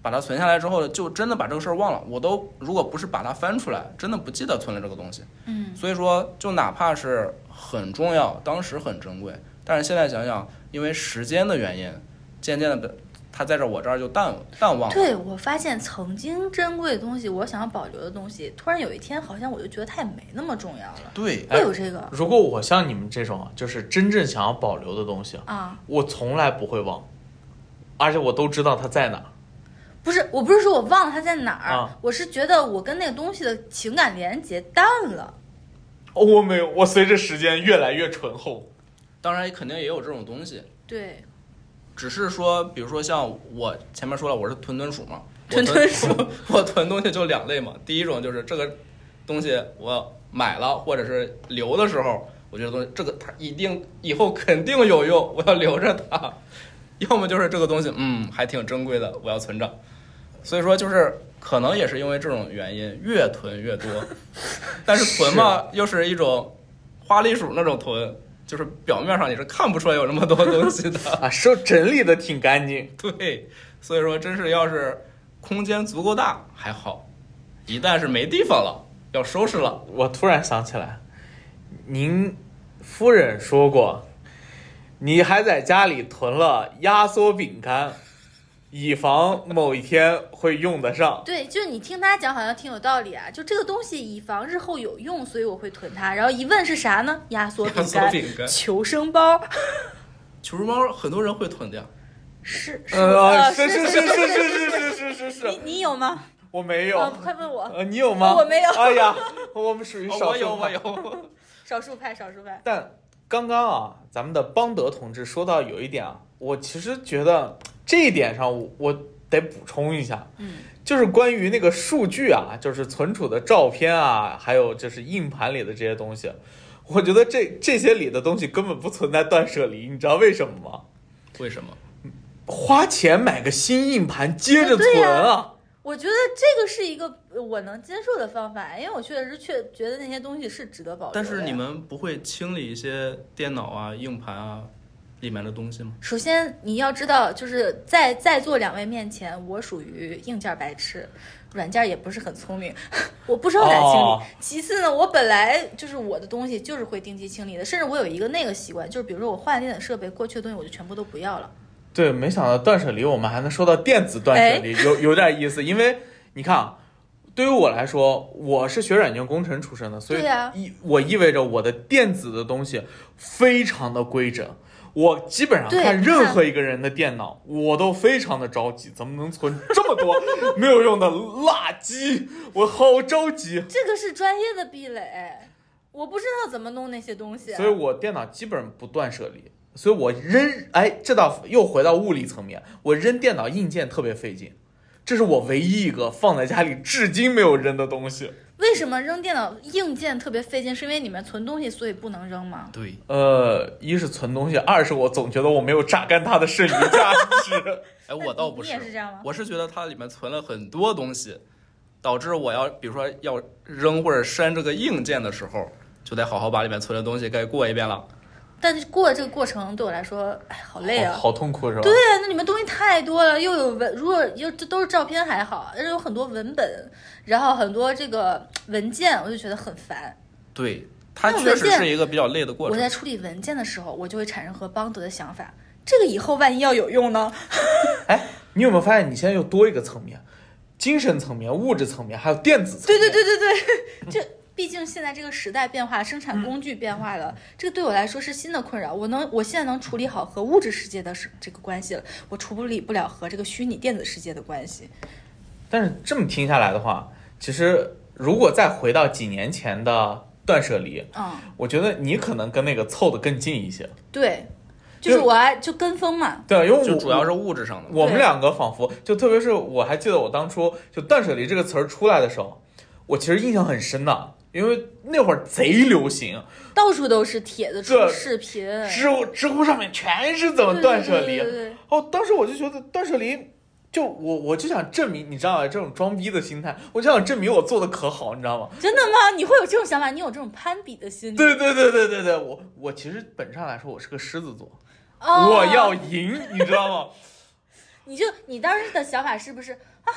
[SPEAKER 3] 把它存下来之后，就真的把这个事儿忘了。我都如果不是把它翻出来，真的不记得存了这个东西。
[SPEAKER 1] 嗯，
[SPEAKER 3] 所以说，就哪怕是很重要，当时很珍贵，但是现在想想，因为时间的原因，渐渐的，它在这我这儿就淡淡忘了。
[SPEAKER 1] 对我发现曾经珍贵的东西，我想要保留的东西，突然有一天好像我就觉得它也没那么重要了，
[SPEAKER 3] 对哎
[SPEAKER 1] 会有这个
[SPEAKER 2] 如果我像你们这种啊，就是真正想要保留的东西，
[SPEAKER 1] 啊？
[SPEAKER 2] 我从来不会忘，而且我都知道它在哪儿。
[SPEAKER 1] 不是，我不是说我忘了它在哪儿
[SPEAKER 2] 啊，
[SPEAKER 1] 我是觉得我跟那个东西的情感连接淡了。
[SPEAKER 2] 哦，我没有，我随着时间越来越醇厚。
[SPEAKER 3] 当然肯定也有这种东西，
[SPEAKER 1] 对，
[SPEAKER 3] 只是说，比如说像我前面说了，我是屯屯鼠嘛，
[SPEAKER 1] 屯屯鼠
[SPEAKER 3] 我屯，我囤东西就两类嘛。第一种就是这个东西我买了或者是留的时候，我觉得东西这个它一定以后肯定有用，我要留着它；要么就是这个东西嗯还挺珍贵的，我要存着。所以说就是可能也是因为这种原因，越囤越多， 但是囤嘛又是一种花栗鼠那种囤。就是表面上你是看不出来有那么多东西的，
[SPEAKER 2] 啊，收整理的挺干净。
[SPEAKER 3] 对，所以说真是要是空间足够大还好，一旦是没地方了，要收拾了，
[SPEAKER 2] 我突然想起来，您夫人说过，你还在家里囤了压缩饼干，以防某一天会用得上。
[SPEAKER 1] 对，就是你听他讲好像挺有道理啊。就这个东西，以防日后有用，所以我会囤它。然后一问是啥呢？压缩
[SPEAKER 3] 压
[SPEAKER 1] 饼
[SPEAKER 3] 缩
[SPEAKER 1] 干、
[SPEAKER 3] 饼 干、
[SPEAKER 1] 求生包，
[SPEAKER 3] 球猫，很多人会囤的呀。
[SPEAKER 1] 是是
[SPEAKER 2] 呃，
[SPEAKER 1] 呃
[SPEAKER 2] 是
[SPEAKER 1] 是
[SPEAKER 2] 是
[SPEAKER 1] 是
[SPEAKER 2] 是是是是是是
[SPEAKER 1] 你
[SPEAKER 2] 是，
[SPEAKER 1] 你有吗？
[SPEAKER 2] 我没
[SPEAKER 1] 呃
[SPEAKER 2] 有，
[SPEAKER 1] 快问我，
[SPEAKER 2] 呃，你有吗？
[SPEAKER 1] 我没有
[SPEAKER 2] 哎呀，我们属于
[SPEAKER 3] 哦
[SPEAKER 2] 少数
[SPEAKER 3] 我有，我
[SPEAKER 2] 派。
[SPEAKER 3] 有。
[SPEAKER 1] 少数派，少数派。
[SPEAKER 2] 但刚刚啊，咱们的邦德同志说到有一点啊，我其实觉得这一点上我，我得补充一下，
[SPEAKER 1] 嗯，
[SPEAKER 2] 就是关于那个数据啊，就是存储的照片啊，还有就是硬盘里的这些东西，我觉得这这些里的东西根本不存在断舍离，你知道为什么吗？
[SPEAKER 3] 为什么？
[SPEAKER 2] 花钱买个新硬盘接着
[SPEAKER 1] 哎对
[SPEAKER 2] 存
[SPEAKER 1] 呀
[SPEAKER 2] 啊，
[SPEAKER 1] 我觉得这个是一个呃我能接受的方法，因为我确实确觉得那些东西是值得保留的
[SPEAKER 3] 但
[SPEAKER 1] 呀。
[SPEAKER 3] 是你们不会清理一些电脑啊、硬盘啊里面的东西吗？
[SPEAKER 1] 首先你要知道，就是在在座两位面前，我属于硬件白痴，软件也不是很聪明， 我不知道咋清理。
[SPEAKER 2] 哦
[SPEAKER 1] 其次呢，我本来就是我的东西就是会定期清理的，甚至我有一个那个习惯，就是比如说我换了电子设备，过去的东西我就全部都不要了。
[SPEAKER 2] 对，没想到断舍离我们还能说到电子断舍离，
[SPEAKER 1] 哎
[SPEAKER 2] 有有点意思。因为你看啊，对于我来说，我是学软件工程出身的，所以
[SPEAKER 1] 对啊呀
[SPEAKER 2] 意、我意味着我的电子的东西非常的规整。我基本上
[SPEAKER 1] 对
[SPEAKER 2] 看
[SPEAKER 1] 你
[SPEAKER 2] 任
[SPEAKER 1] 看
[SPEAKER 2] 何一个人的电脑，我都非常的着急，怎么能存这么多没有用的垃圾？我好着急。
[SPEAKER 1] 这个是专业的壁垒。我不知道怎么弄那些东西。
[SPEAKER 2] 所以我电脑基本不断舍离，所以我扔，哎，这倒又回到物理层面，我扔电脑硬件特别费劲，这是我唯一一个放在家里至今没有扔的东西。
[SPEAKER 1] 为什么扔电脑硬件特别费劲？是因为里面存东西，所以不能扔吗？
[SPEAKER 3] 对，
[SPEAKER 2] 呃，一是存东西，二是我总觉得我没有榨干它的剩余价 值。
[SPEAKER 3] 哎，
[SPEAKER 1] 那
[SPEAKER 3] 我倒不
[SPEAKER 1] 你也是这样吗
[SPEAKER 3] 我是觉得它里面存了很多东西，导致我要比如说要扔或者删这个硬件的时候，就得好好把里面存的东西该过一遍了。
[SPEAKER 1] 但是过这个过程对我来说，哎，好累啊。
[SPEAKER 2] 哦好好痛苦是吧？
[SPEAKER 1] 对啊，那里面东西太多了，又有文，如果又这都是照片还好，但是有很多文本，然后很多这个文件，我就觉得很烦。
[SPEAKER 3] 对，它
[SPEAKER 1] 那
[SPEAKER 3] 确
[SPEAKER 1] 文
[SPEAKER 3] 实
[SPEAKER 1] 件
[SPEAKER 3] 是一个比较累的过
[SPEAKER 1] 我
[SPEAKER 3] 程
[SPEAKER 1] 在。处理文件的时候，我就会产生和邦德的想法：这个以后万一要有用呢？
[SPEAKER 2] 哎，你有没有发现你现在又多一个层面，精神层面、物质层面，还有电子层
[SPEAKER 1] 对
[SPEAKER 2] 面。
[SPEAKER 1] 对对对对，这毕竟现在这个时代变化，生产工具变化了，这个对我来说是新的困扰。我能，我现在能处理好和物质世界的是这个关系了，我处理不了和这个虚拟电子世界的关系。
[SPEAKER 2] 但是这么听下来的话，其实如果再回到几年前的断舍离，
[SPEAKER 1] 嗯，
[SPEAKER 2] 我觉得你可能跟那个凑得更近一些。
[SPEAKER 1] 对，就是
[SPEAKER 2] 就
[SPEAKER 1] 我还就跟风嘛。
[SPEAKER 2] 对，因为我
[SPEAKER 3] 就主要是物质上的。
[SPEAKER 2] 我们
[SPEAKER 1] 对
[SPEAKER 2] 两个仿佛就特别是我还记得我当初就断舍离这个词儿出来的时候，我其实印象很深的，因为那会儿贼流行，
[SPEAKER 1] 到处都是帖子、出
[SPEAKER 2] 这
[SPEAKER 1] 视频，
[SPEAKER 2] 知乎知乎上面全是怎么
[SPEAKER 1] 对
[SPEAKER 2] 断舍
[SPEAKER 1] 对对
[SPEAKER 2] 离。
[SPEAKER 1] 对对
[SPEAKER 2] 哦，当时我就觉得断舍离。就我我就想证明，你知道吗？啊这种装逼的心态，我就想证明我做的可好，你知道吗？
[SPEAKER 1] 真的吗？你会有这种想法？你有这种攀比的心理？
[SPEAKER 2] 对对对对对对，我我其实本上来说我是个狮子座，
[SPEAKER 1] 哦，
[SPEAKER 2] 我要赢，你知道吗？
[SPEAKER 1] 你就你当时的想法是不是啊？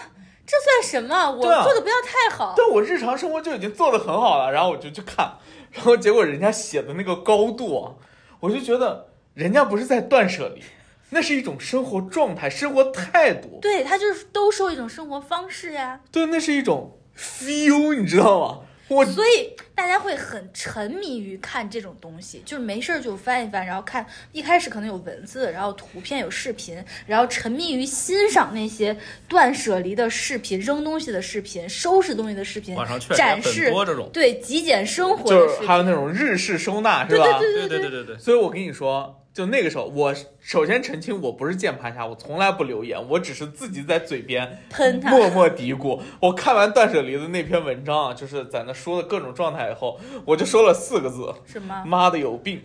[SPEAKER 1] 这算什么？我
[SPEAKER 2] 对啊
[SPEAKER 1] 做的不要太好。
[SPEAKER 2] 但我日常生活就已经做得很好了，然后我就去看，然后结果人家写的那个高度啊，我就觉得人家不是在断舍离，那是一种生活状态、生活态度，
[SPEAKER 1] 对他就是兜售一种生活方式呀，
[SPEAKER 2] 对，那是一种 feel，你知道吗？我
[SPEAKER 1] 所以大家会很沉迷于看这种东西，就是没事儿就翻一翻，然后看一开始可能有文字，然后图片有视频，然后沉迷于欣赏那些断舍离的视频、扔东西的视频、收拾东西的视频
[SPEAKER 3] 网上确，实
[SPEAKER 1] 展
[SPEAKER 3] 很
[SPEAKER 1] 示
[SPEAKER 3] 多这种。
[SPEAKER 1] 对极简生活
[SPEAKER 2] 就
[SPEAKER 1] 的视
[SPEAKER 2] 是
[SPEAKER 1] 频，
[SPEAKER 2] 还有那种日式收纳，是吧？
[SPEAKER 1] 对
[SPEAKER 3] 对
[SPEAKER 1] 对
[SPEAKER 3] 对对对，
[SPEAKER 2] 所以我跟你说，就那个时候，我首先澄清，我不是键盘侠，我从来不留言，我只是自己在嘴边
[SPEAKER 1] 喷他。
[SPEAKER 2] 默默嘀咕。我看完断舍离的那篇文章啊，就是在那说的各种状态以后，我就说了四个字：
[SPEAKER 1] 什么？
[SPEAKER 2] 妈的有病。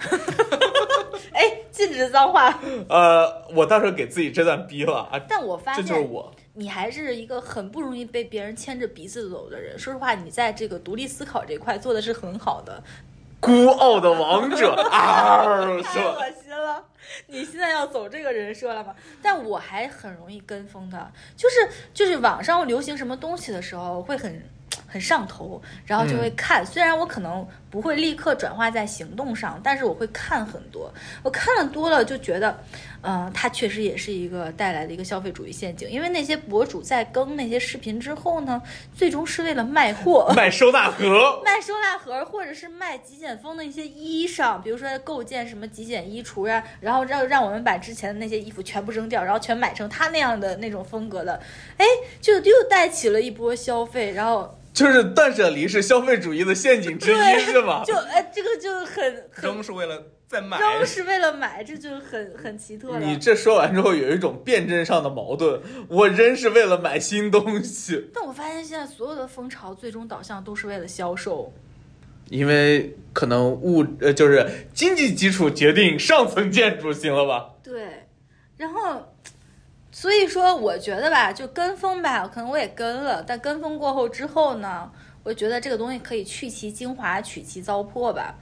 [SPEAKER 1] 哎，禁止脏话。
[SPEAKER 2] 呃，我到时候给自己这段逼了啊，
[SPEAKER 1] 但我发
[SPEAKER 2] 这就是
[SPEAKER 1] 现
[SPEAKER 2] 我。
[SPEAKER 1] 你还是一个很不容易被别人牵着鼻子走的人。说实话，你在这个独立思考这块做的是很好的。
[SPEAKER 2] 孤傲的王 者啊，是
[SPEAKER 1] 太
[SPEAKER 2] 吧？
[SPEAKER 1] 恶心了！你现在要走这个人设了吗？但我还很容易跟风的，就是就是网上流行什么东西的时候，会很很上头，然后就会看。虽然我可能不会立刻转化在行动上，但是我会看很多。我看了多了，就觉得，嗯、它确实也是一个带来的一个消费主义陷阱。因为那些博主在更那些视频之后呢，最终是为了卖货。
[SPEAKER 2] 买收纳盒，
[SPEAKER 1] 卖收纳盒，或者是卖极简风的一些衣裳，比如说构建什么极简衣橱呀、然后让让我们把之前的那些衣服全部扔掉，然后全买成他那样的那种风格的，哎，就又带起了一波消费，然后
[SPEAKER 2] 就是断舍离是消费主义的陷阱之一，
[SPEAKER 1] 对
[SPEAKER 2] 是吗？
[SPEAKER 1] 就哎，这个就很很
[SPEAKER 3] 扔是为了再买。
[SPEAKER 1] 扔是为了买，这就很很奇特
[SPEAKER 2] 你
[SPEAKER 1] 了。
[SPEAKER 2] 这说完之后，有一种辩证上的矛盾。我扔是为了买新东西，
[SPEAKER 1] 但我发现现在所有的风潮最终导向都是为了销售，
[SPEAKER 2] 因为可能物呃就是经济基础决定上层建筑，行了吧？
[SPEAKER 1] 对，然后。所以说，我觉得吧，就跟风吧，可能我也跟了，但跟风过后之后呢，我觉得这个东西可以去其精华，取其糟粕吧，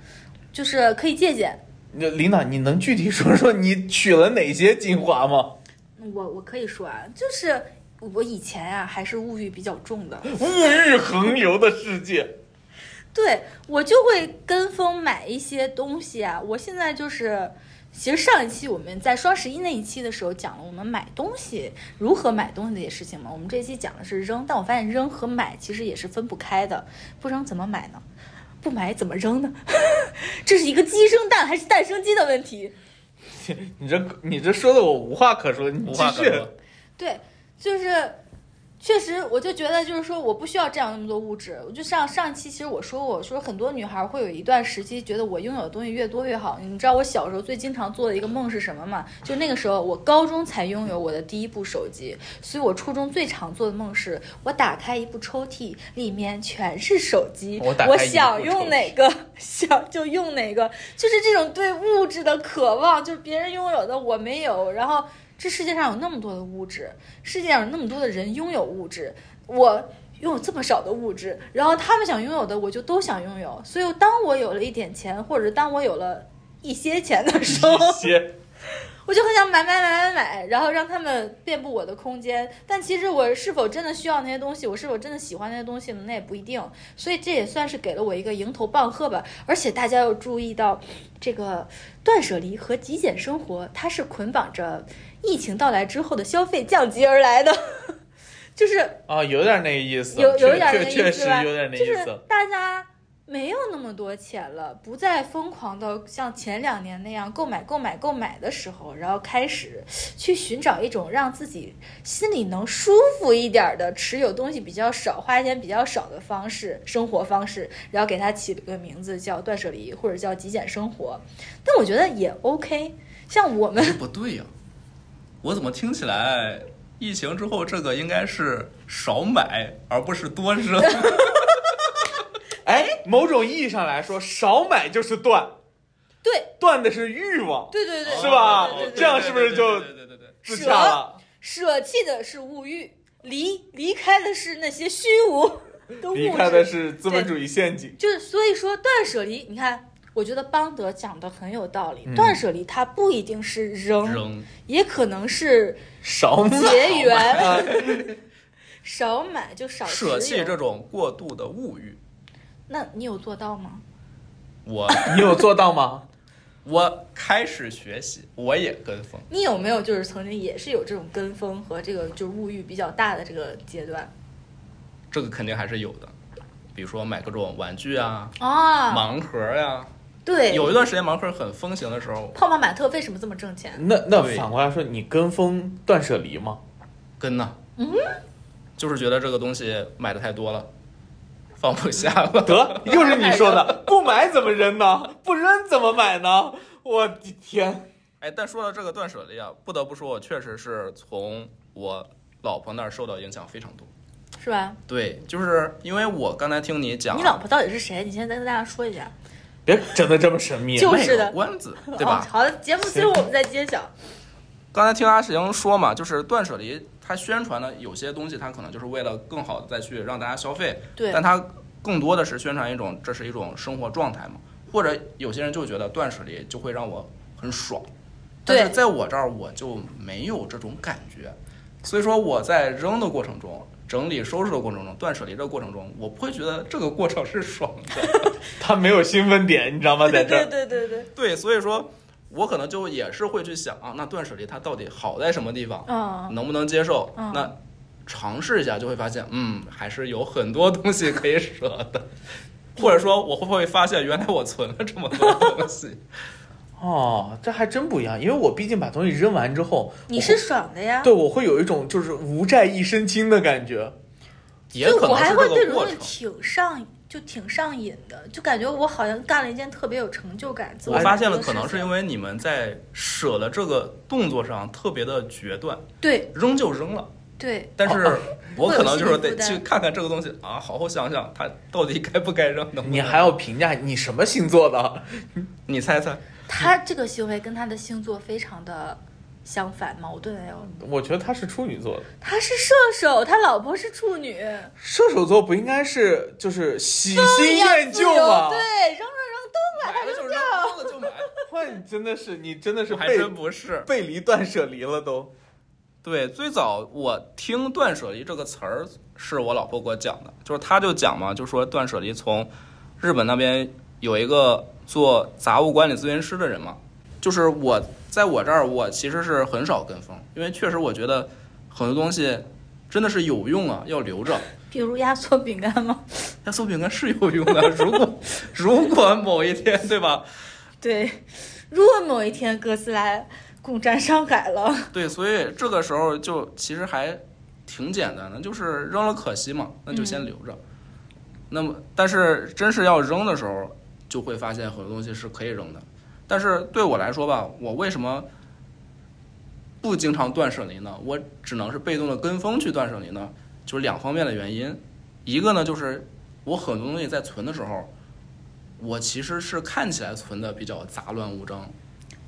[SPEAKER 1] 就是可以借鉴。
[SPEAKER 2] 那领导，你能具体说说你取了哪些精华吗？
[SPEAKER 1] 嗯我我可以说啊，就是我以前啊还是物欲比较重的，
[SPEAKER 2] 物欲横流的世界，
[SPEAKER 1] 对我就会跟风买一些东西啊。我现在就是，其实上一期我们在双十一那一期的时候讲了我们买东西如何买东西这些事情嘛。我们这一期讲的是扔，但我发现扔和买其实也是分不开的。不扔怎么买呢？不买怎么扔呢？ 这是一个鸡生蛋还是蛋生鸡的问题。
[SPEAKER 2] 你这你这说的我无话可说，你
[SPEAKER 3] 无
[SPEAKER 2] 继
[SPEAKER 3] 话可
[SPEAKER 2] 续。
[SPEAKER 3] 说，
[SPEAKER 1] 对，就是确实，我就觉得就是说，我不需要占有那么多物质。我就像上一期，其实我说过，我说很多女孩会有一段时期觉得我拥有的东西越多越好。你知道我小时候最经常做的一个梦是什么吗？就那个时候，我高中才拥有我的第一部手机，所以我初中最常做的梦是，我打开一部抽屉，里面全是手机，
[SPEAKER 3] 我
[SPEAKER 1] 我
[SPEAKER 3] 打开一部抽屉
[SPEAKER 1] 想用哪个 想就用哪个，就是这种对物质的渴望，就是别人拥有的我没有，然后。这世界上有那么多的物质，世界上有那么多的人拥有物质，我拥有这么少的物质，然后他们想拥有的我就都想拥有。所以当我有了一点钱，或者当我有了一些钱的时候，
[SPEAKER 2] 些
[SPEAKER 1] 我就很想买买买买买，然后让他们遍布我的空间。但其实我是否真的需要那些东西，我是否真的喜欢那些东西呢？那也不一定。所以这也算是给了我一个迎头棒喝吧。而且大家要注意到，这个断舍离和极简生活，它是捆绑着疫情到来之后的消费降级而来的， 就是
[SPEAKER 2] 啊，有点那个意思，啊
[SPEAKER 1] 有有
[SPEAKER 2] 确
[SPEAKER 1] 点那
[SPEAKER 2] 确
[SPEAKER 1] 个意
[SPEAKER 2] 确
[SPEAKER 1] 思
[SPEAKER 2] 实
[SPEAKER 1] 吧
[SPEAKER 2] 有点那
[SPEAKER 1] 就
[SPEAKER 2] 意
[SPEAKER 1] 是
[SPEAKER 2] 思。
[SPEAKER 1] 大家没有那么多钱了，不再疯狂的像前两年那样购买、购买、购买的时候，然后开始去寻找一种让自己心里能舒服一点的、持有东西比较少、花钱比较少的方式、生活方式，然后给它起了个名字叫断舍离或者叫极简生活。但我觉得也 OK，像我 们
[SPEAKER 3] 哎不对呀、我怎么听起来疫情之后这个应该是少买而不是多扔？
[SPEAKER 2] 哎，某种意义上来说，少买就是断，
[SPEAKER 1] 对
[SPEAKER 2] 断的是欲望，
[SPEAKER 1] 对对对
[SPEAKER 2] 是吧
[SPEAKER 1] 对对对对
[SPEAKER 2] 这样是不是就
[SPEAKER 3] 对对对对对对
[SPEAKER 2] 自洽了，
[SPEAKER 1] 舍弃的是物欲，离离开的是那些虚无的物质。
[SPEAKER 2] 离开的是资本主义陷阱。
[SPEAKER 1] 就是所以说断舍离，你看，我觉得邦德讲的很有道理。
[SPEAKER 2] 嗯
[SPEAKER 1] 断舍离它不一定是扔，
[SPEAKER 3] 扔
[SPEAKER 1] 也可能是
[SPEAKER 2] 少买啊
[SPEAKER 1] 结 缘，少买就少
[SPEAKER 3] 舍
[SPEAKER 1] 持
[SPEAKER 3] 弃
[SPEAKER 1] 有
[SPEAKER 3] 这种过度的物欲，
[SPEAKER 1] 那你有做到吗？
[SPEAKER 3] 我
[SPEAKER 2] 你有做到吗？
[SPEAKER 3] 我开始学习，我也跟风。
[SPEAKER 1] 你有没有就是曾经也是有这种跟风和这个就是物欲比较大的这个阶段
[SPEAKER 3] 这个肯定还是有的，比如说买各种玩具啊、
[SPEAKER 1] 啊？
[SPEAKER 3] 盲盒呀、
[SPEAKER 1] 对，
[SPEAKER 3] 有一段时间盲盒很风行的时候，
[SPEAKER 1] 泡泡玛特为什么这么挣钱？
[SPEAKER 2] 那那
[SPEAKER 3] 对
[SPEAKER 2] 反过来说，你跟风断舍离吗？
[SPEAKER 3] 跟呢，
[SPEAKER 1] 嗯
[SPEAKER 3] 就是觉得这个东西买的太多了，放不下了。
[SPEAKER 2] 得，又是你说的，不买怎么扔呢？不扔怎么买呢？我的天！
[SPEAKER 3] 哎，但说到这个断舍离啊，不得不说，我确实是从我老婆那儿受到影响非常多。
[SPEAKER 1] 是吧？
[SPEAKER 3] 对，就是因为我刚才听你讲，
[SPEAKER 1] 你老婆到底是谁？你现在跟大家说一下。
[SPEAKER 2] 别整的这么神秘。
[SPEAKER 1] 就
[SPEAKER 3] 卖
[SPEAKER 1] 是
[SPEAKER 3] 个
[SPEAKER 1] 的
[SPEAKER 3] 关子，对
[SPEAKER 1] 哦
[SPEAKER 3] 吧？
[SPEAKER 1] 好的，节目最后我们再揭晓。
[SPEAKER 3] 刚才听阿石英说嘛，就是断舍离，它宣传的有些东西，它可能就是为了更好的再去让大家消费，
[SPEAKER 1] 对
[SPEAKER 3] 但它更多的是宣传一种这是一种生活状态嘛，或者有些人就觉得断舍离就会让我很爽，但
[SPEAKER 1] 对
[SPEAKER 3] 是在我这儿我就没有这种感觉，所以说我在扔的过程中。整理收拾的过程中，断舍离这个过程中，我不会觉得这个过程是爽的。
[SPEAKER 2] 他没有兴奋点，你知道吗？在
[SPEAKER 1] 对
[SPEAKER 2] 这
[SPEAKER 1] 对
[SPEAKER 2] 儿，
[SPEAKER 1] 对对对，
[SPEAKER 3] 对，所以说，我可能就也是会去想啊，那断舍离它到底好在什么地方？
[SPEAKER 1] 嗯，
[SPEAKER 3] 能不能接受？
[SPEAKER 1] 嗯
[SPEAKER 3] 那尝试一下就会发现，嗯，还是有很多东西可以舍的。 或者说，我会不会发现原来我存了这么多东西？
[SPEAKER 2] 哦，这还真不一样，因为我毕竟把东西扔完之后，
[SPEAKER 1] 你
[SPEAKER 2] 我
[SPEAKER 1] 是
[SPEAKER 2] 会
[SPEAKER 1] 爽的呀。
[SPEAKER 2] 对我会有一种就是无债一身轻的感觉。
[SPEAKER 3] 也
[SPEAKER 1] 就
[SPEAKER 3] 可
[SPEAKER 1] 我
[SPEAKER 3] 能
[SPEAKER 1] 还
[SPEAKER 3] 是
[SPEAKER 1] 会
[SPEAKER 3] 这
[SPEAKER 1] 对
[SPEAKER 3] 个
[SPEAKER 1] 这种
[SPEAKER 3] 过
[SPEAKER 1] 东西
[SPEAKER 3] 程。
[SPEAKER 1] 挺上，就挺上瘾的，就感觉我好像干了一件特别有成就感。自
[SPEAKER 3] 我发现了，
[SPEAKER 1] 满足
[SPEAKER 3] 可
[SPEAKER 1] 的
[SPEAKER 3] 能是因
[SPEAKER 1] 事
[SPEAKER 3] 为你们在舍了这个动作上特别的决断，
[SPEAKER 1] 情对
[SPEAKER 3] 扔就扔了。
[SPEAKER 1] 对，
[SPEAKER 3] 但是 我可能就是
[SPEAKER 1] 哦会有心理负
[SPEAKER 3] 得
[SPEAKER 1] 担
[SPEAKER 3] 去看看这个东西啊，好好想想它到底该不该扔，能不能
[SPEAKER 2] 你还要评价你什么星座的？
[SPEAKER 3] 你猜猜？
[SPEAKER 1] 他这个行为跟他的星座非常的相反，矛盾哎呦。
[SPEAKER 2] 我觉得他是处女座的，
[SPEAKER 1] 他是射手，他老婆是处女，
[SPEAKER 2] 射手座不应该是就是喜
[SPEAKER 1] 不
[SPEAKER 2] 新
[SPEAKER 1] 一样
[SPEAKER 2] 厌
[SPEAKER 1] 自
[SPEAKER 2] 旧
[SPEAKER 1] 由
[SPEAKER 2] 吗？
[SPEAKER 3] 啊
[SPEAKER 1] 对，扔了
[SPEAKER 3] 买了就 扔，扔了就买，
[SPEAKER 2] 哇，你真的是你真的是
[SPEAKER 3] 还
[SPEAKER 2] 背
[SPEAKER 3] 真不是。
[SPEAKER 2] 背离断舍离了都。
[SPEAKER 3] 对，最早我听“断舍离”这个词儿是我老婆给我讲的，就是她就讲嘛，就说断舍离从日本那边有一个做杂物管理咨询师的人嘛，就是我在我这儿，我其实是很少跟风，因为确实我觉得很多东西真的是有用啊，要留着。
[SPEAKER 1] 扔，比如压缩饼干吗？
[SPEAKER 3] 压缩饼干是有用的，如果 如果某一天，对吧？
[SPEAKER 1] 对，如果某一天哥斯拉共占上海了，
[SPEAKER 3] 啊 对，所以这个时候就其实还挺简单的，就是扔了可惜嘛，那就先留着。那么，但是真是要扔的时候，就会发现很多东西是可以扔的。但是对我来说吧，我为什么不经常断舍离呢？我只能是被动的跟风去断舍离呢，就是两方面的原因。一个呢，就是我很多东西在存的时候，我其实是看起来存的比较杂乱无章、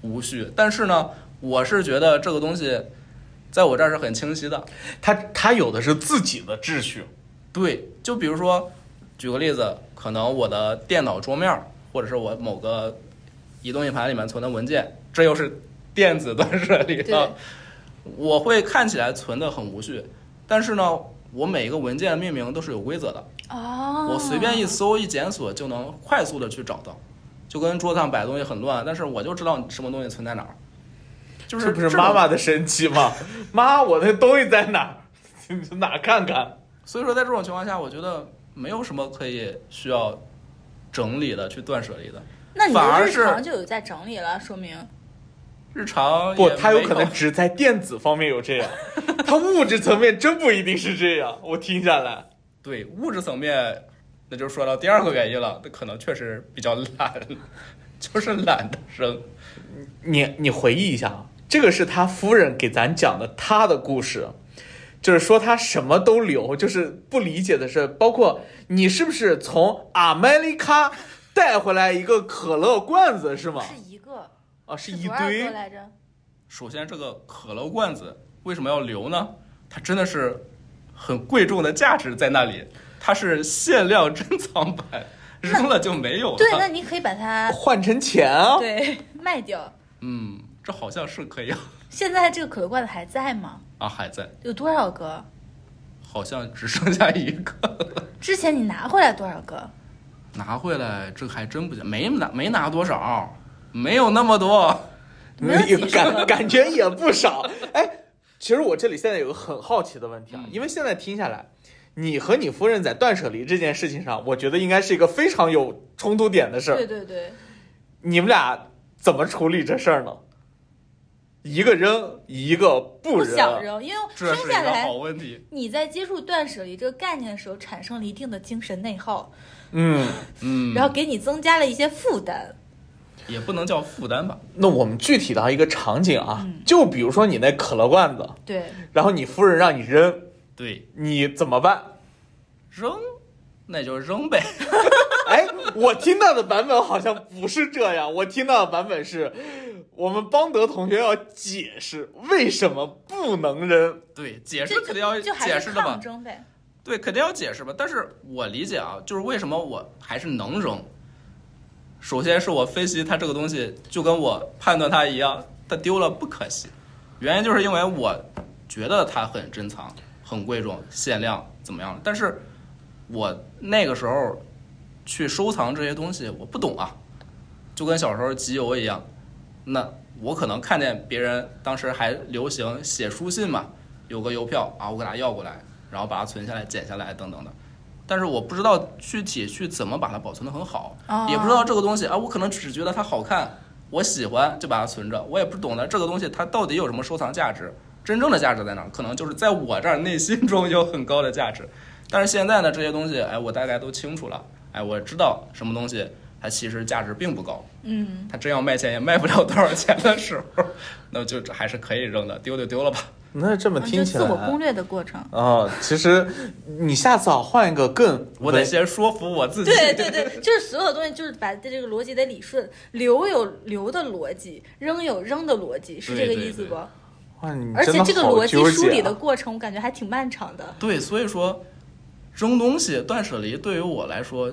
[SPEAKER 3] 无序，但是呢，我是觉得这个东西在我这儿是很清晰的。
[SPEAKER 2] 他他有的是自己的秩序，
[SPEAKER 3] 对，就比如说，举个例子，可能我的电脑桌面儿，或者是我某个移动硬盘里面存的文件，这又是电子断舍离
[SPEAKER 1] 对
[SPEAKER 3] 了。我会看起来存的很无序，但是呢，我每一个文件的命名都是有规则的，
[SPEAKER 1] 哦，
[SPEAKER 3] 我随便一搜一检索就能快速的去找到，就跟桌子上摆的东西很乱，但是我就知道什么东西存在哪儿。就
[SPEAKER 2] 这
[SPEAKER 3] 是
[SPEAKER 2] 不是
[SPEAKER 3] 这
[SPEAKER 2] 妈
[SPEAKER 3] 种
[SPEAKER 2] 妈的神奇吗？妈，我那东西在哪儿？ 你去哪儿看看？
[SPEAKER 3] 所以说，在这种情况下，我觉得没有什么可以需要整理的、去断舍离的。
[SPEAKER 1] 那你
[SPEAKER 3] 反
[SPEAKER 1] 的
[SPEAKER 3] 而
[SPEAKER 1] 日
[SPEAKER 3] 是
[SPEAKER 1] 常就有在整理了，说明
[SPEAKER 3] 日常
[SPEAKER 2] 不，
[SPEAKER 3] 也
[SPEAKER 2] 他有
[SPEAKER 3] 没
[SPEAKER 2] 可能只在电子方面有这样，他物质层面真不一定是这样。我听下来，
[SPEAKER 3] 对物质层面，那就说到第二个原因了，那可能确实比较懒， 就是懒得扔。
[SPEAKER 2] 你你回忆一下啊，这个是他夫人给咱讲的他的故事，就是说他什么都留，就是不理解的是，包括你是不是从阿美利卡带回来一个可乐罐子是吗？
[SPEAKER 1] 是一个，
[SPEAKER 2] 啊，是
[SPEAKER 1] 是
[SPEAKER 2] 一
[SPEAKER 1] 多少
[SPEAKER 2] 堆
[SPEAKER 1] 个。来着？
[SPEAKER 3] 首先，这个可乐罐子为什么要留呢？它真的是很贵重的价值在那里，它是限量珍藏版，扔了就没有了。
[SPEAKER 1] 对，那你可以把它
[SPEAKER 2] 换成钱
[SPEAKER 3] 哦
[SPEAKER 2] 啊！
[SPEAKER 1] 对卖掉。
[SPEAKER 3] 嗯，这好像是可以啊
[SPEAKER 1] 现在这个可乐罐子还在吗？
[SPEAKER 3] 啊，还在，
[SPEAKER 1] 有多少个？
[SPEAKER 3] 好像只剩下一个。
[SPEAKER 1] 之前你拿回来多少个？
[SPEAKER 3] 拿回来这还真不行，没拿没拿多少，没有那么多。
[SPEAKER 1] 没 有
[SPEAKER 2] 也
[SPEAKER 1] 几十
[SPEAKER 2] 感
[SPEAKER 1] 个。
[SPEAKER 2] 感觉也不少。哎，其实我这里现在有个很好奇的问题啊，
[SPEAKER 3] 嗯
[SPEAKER 2] 因为现在听下来，你和你夫人在断舍离这件事情上，我觉得应该是一个非常有冲突点的事
[SPEAKER 1] 对
[SPEAKER 2] 儿。
[SPEAKER 1] 对对，
[SPEAKER 2] 你们俩怎么处理这事儿呢？一个扔，一个不
[SPEAKER 1] 不
[SPEAKER 2] 扔。
[SPEAKER 1] 想扔，因为
[SPEAKER 3] 这
[SPEAKER 1] 生
[SPEAKER 3] 是一
[SPEAKER 1] 下
[SPEAKER 3] 个
[SPEAKER 1] 来
[SPEAKER 3] 好问题。
[SPEAKER 1] 你在接触断舍离这个概念的时候，产生了一定的精神内耗，
[SPEAKER 2] 嗯，
[SPEAKER 3] 嗯
[SPEAKER 1] 然后给你增加了一些负担。
[SPEAKER 3] 也不能叫负担吧。
[SPEAKER 2] 那我们具体到一个场景啊，
[SPEAKER 1] 嗯
[SPEAKER 2] 就比如说你那可乐罐子，
[SPEAKER 1] 对，
[SPEAKER 2] 然后你夫人让你扔，
[SPEAKER 3] 对，
[SPEAKER 2] 你怎么办？
[SPEAKER 3] 扔，那就扔呗。
[SPEAKER 2] 哎，我听到的版本好像不是这样，我听到的版本是，我们邦德同学要解释为什么不能扔。
[SPEAKER 3] 对，解释
[SPEAKER 1] 这
[SPEAKER 3] 肯定要
[SPEAKER 1] 就就还
[SPEAKER 3] 解
[SPEAKER 1] 是
[SPEAKER 3] 释的
[SPEAKER 1] 抗
[SPEAKER 3] 吧。
[SPEAKER 1] 争呗。
[SPEAKER 3] 对，肯定要解释吧。但是我理解啊，就是为什么我还是能扔。首先是我分析它这个东西，就跟我判断它一样，它丢了不可惜。原因就是因为我觉得它很珍藏、很贵重、限量怎么样？但是我那个时候去收藏这些东西，我不懂啊，就跟小时候集邮一样。那我可能看见别人当时还流行写书信嘛，有个邮票啊，我给他要过来，然后把它存下来、剪下来等等的。但是我不知道具体去怎么把它保存得很好，
[SPEAKER 1] 哦
[SPEAKER 3] 也不知道这个东西啊，我可能只觉得它好看，我喜欢就把它存着，我也不懂得这个东西它到底有什么收藏价值，真正的价值在哪儿？可能就是在我这儿内心中有很高的价值。 但是现在呢，这些东西，哎，我大概都清楚了，哎，我知道什么东西它其实价值并不高，
[SPEAKER 1] 嗯，
[SPEAKER 3] 它真要卖钱也卖不了多少钱的时候， 那就还是可以扔的，丢就丢了吧。
[SPEAKER 2] 那这么
[SPEAKER 1] 啊就自我攻略的过程。
[SPEAKER 2] 哦，其实你下次啊换一个更
[SPEAKER 3] 我得先说服我 自己。
[SPEAKER 1] 对对对，就是所有东西，就是把这个逻辑得理顺，留有留的逻辑，扔有扔的逻辑，是这
[SPEAKER 3] 对
[SPEAKER 1] 个
[SPEAKER 3] 对
[SPEAKER 1] 意思
[SPEAKER 3] 对
[SPEAKER 1] 不？
[SPEAKER 2] 哇，你
[SPEAKER 1] 而
[SPEAKER 2] 真
[SPEAKER 1] 且
[SPEAKER 2] 的
[SPEAKER 1] 这个
[SPEAKER 2] 好
[SPEAKER 1] 逻辑
[SPEAKER 2] 纠
[SPEAKER 1] 梳理
[SPEAKER 2] 结
[SPEAKER 1] 的
[SPEAKER 2] 啊。
[SPEAKER 1] 过程，我感觉还挺漫长的。
[SPEAKER 3] 对，所以说扔东西断舍离对于我来说，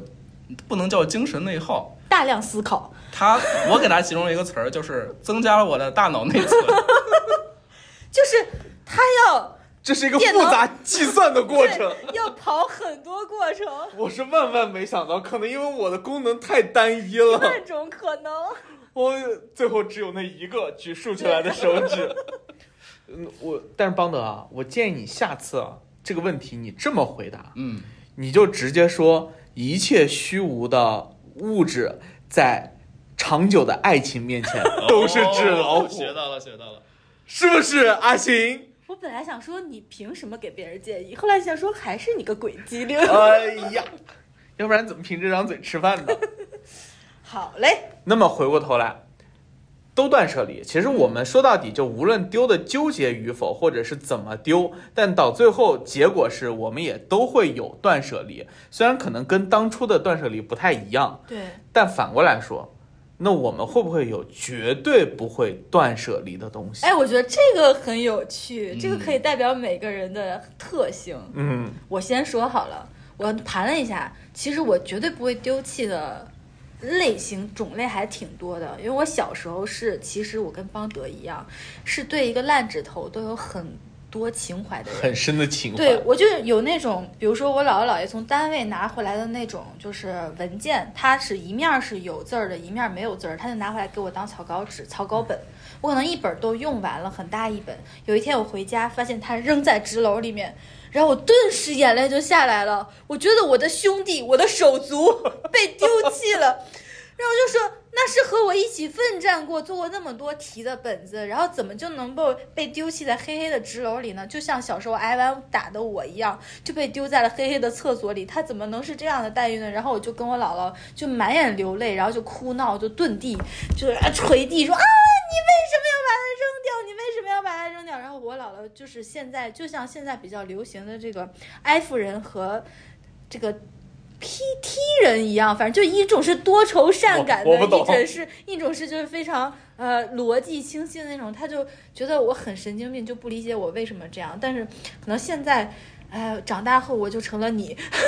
[SPEAKER 3] 不能叫精神内耗，
[SPEAKER 1] 大量思考，
[SPEAKER 3] 它我给它形容一个词儿，就是增加了我的大脑内存。
[SPEAKER 1] 就是他要
[SPEAKER 2] 这是一个
[SPEAKER 1] 电
[SPEAKER 2] 复
[SPEAKER 1] 脑
[SPEAKER 2] 杂计算的过程。
[SPEAKER 1] 对要跑很多过程，
[SPEAKER 2] 我是万万没想到，可能因为我的功能太单一了，
[SPEAKER 1] 各种可能。
[SPEAKER 2] 我哦最后只有那一个举竖起来的手指。 嗯，我但是邦德啊，我建议你下次啊这个问题你这么回答，
[SPEAKER 3] 嗯，
[SPEAKER 2] 你就直接说一切虚无的物质在长久 的爱情面前都是纸老
[SPEAKER 3] 哦
[SPEAKER 2] 虎，
[SPEAKER 3] 学到了，学到了。
[SPEAKER 2] 是不是阿行？
[SPEAKER 1] 我本来想说你凭什么给别人建议，后来想说还是你个鬼机灵。
[SPEAKER 2] 哎呀， 要不然怎么凭这张嘴吃饭呢？
[SPEAKER 1] 好嘞，
[SPEAKER 2] 那么回过头来，都断舍离。其实我们说到底，就无论丢的纠结与否，或者是怎么丢，但到最后结果是我们也都会有断舍离。虽然可能跟当初的断舍离不太一样，
[SPEAKER 1] 对，
[SPEAKER 2] 但反过来说，那我们会不会有绝对不会断舍离的东西？
[SPEAKER 1] 哎，我觉得这个很有趣，这个可以代表每个人的特性。
[SPEAKER 2] 嗯，
[SPEAKER 1] 我先说好了，我盘了一下，其实我绝对不会丢弃的类型种类还挺多的，因为我小时候是，其实我跟邦德一样，是对一个烂指头都有很多情怀的人。
[SPEAKER 2] 很深的情
[SPEAKER 1] 对，
[SPEAKER 2] 怀。
[SPEAKER 1] 我就有那种，比如说我姥姥姥爷从单位拿回来的那种，就是文件，它是一面儿是有字儿的，一面儿没有字儿，他就拿回来给我当草稿纸、草稿本。我可能一本儿都用完了，很大一本。有一天我回家，发现它扔在纸篓里面，然后我顿时眼泪就下来了。我觉得我的兄弟、我的手足 被丢弃了。然后就说那是和我一起奋战过、做过那么多题的本子，然后怎么就能够被丢弃在黑黑的纸篓里呢？就像小时候挨完打的我一样，就被丢在了黑黑的厕所里。他怎么能是这样的待遇呢？然后我就跟我姥姥就满眼流泪，然后就哭闹，就遁地，就是啊捶地说啊，你为什么要把它扔掉？你为什么要把它扔掉？然后我姥姥就是现在，就像现在比较流行的这个爱夫人和这个 PT 人一样，反正就一种是多愁善感的，
[SPEAKER 2] 我我不懂
[SPEAKER 1] 一种是一种是就是非常呃逻辑清晰的那种，他就觉得我很神经病，就不理解我为什么这样。但是可能现在。哎，长大后我就成了你，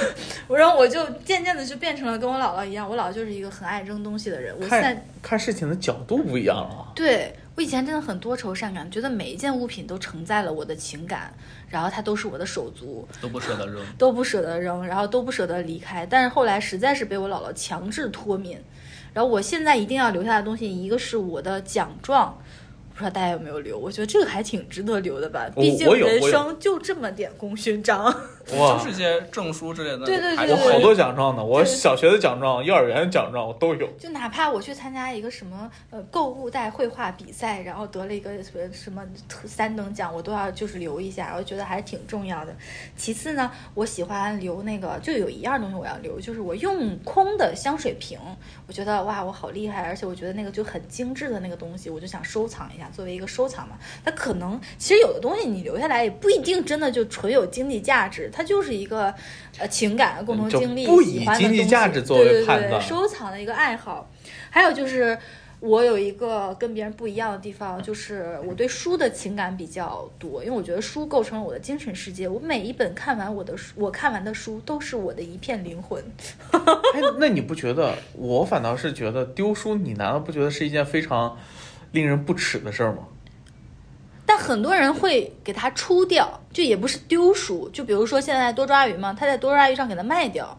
[SPEAKER 1] 我然后我就渐渐的就变成了跟我姥姥一样，我姥姥就是一个很爱扔东西的人。我现在
[SPEAKER 2] 看看事情的角度不一样啊了。
[SPEAKER 1] 对我以前真的很多愁善感，觉得每一件物品都承载了我的情感，然后它都是我的手足，
[SPEAKER 3] 都不舍得扔。
[SPEAKER 1] 都不舍得扔，然后都不舍得离开。但是后来实在是被我姥姥强制脱敏，然后我现在一定要留下的东西，一个是我的奖状。不知道大家有没有留？我觉得这个还挺值得留的吧，
[SPEAKER 2] 我
[SPEAKER 1] 毕竟
[SPEAKER 2] 哦我有
[SPEAKER 1] 人
[SPEAKER 2] 我有
[SPEAKER 1] 生就这么点功勋章。
[SPEAKER 2] 哇
[SPEAKER 3] 就是一些证书之类的，
[SPEAKER 1] 对对对
[SPEAKER 3] 还
[SPEAKER 2] 我
[SPEAKER 3] 有
[SPEAKER 1] 对对
[SPEAKER 2] 好多奖状呢，我
[SPEAKER 1] 对
[SPEAKER 2] 小学的奖状、幼儿园的奖状我都有。
[SPEAKER 1] 就哪怕我去参加一个什么呃购物袋绘画比赛，然后得了一个什么什么特三等奖，我都要就是留一下，我觉得还挺重要的。其次呢，我喜欢留那个，就有一样东西我要留，就是我用空的香水瓶，我觉得哇，我好厉害，而且我觉得那个就很精致的那个东西，我就想收藏一下，作为一个收藏嘛。它可能其实有的东西你留下来也不一定真的就纯有经济价值，它就是一个呃情感共同
[SPEAKER 2] 就
[SPEAKER 1] 经历，
[SPEAKER 2] 不以
[SPEAKER 1] 喜欢的
[SPEAKER 2] 经济
[SPEAKER 1] 东西
[SPEAKER 2] 价值作为
[SPEAKER 1] 对对
[SPEAKER 2] 判
[SPEAKER 1] 对
[SPEAKER 2] 断
[SPEAKER 1] 收藏的一个爱好。还有就是，我有一个跟别人不一样的地方，就是我对书的情感比较多，因为我觉得书构成了我的精神世界。我每一本看完我的书，我看完的书都是我的一片灵魂。
[SPEAKER 2] 哎，那你不觉得？我反倒是觉得丢书，你难道不觉得是一件非常令人不齿的事儿吗？
[SPEAKER 1] 但很多人会给它出掉，就也不是丢书，就比如说现在多抓鱼嘛，他在多抓鱼上给它卖掉。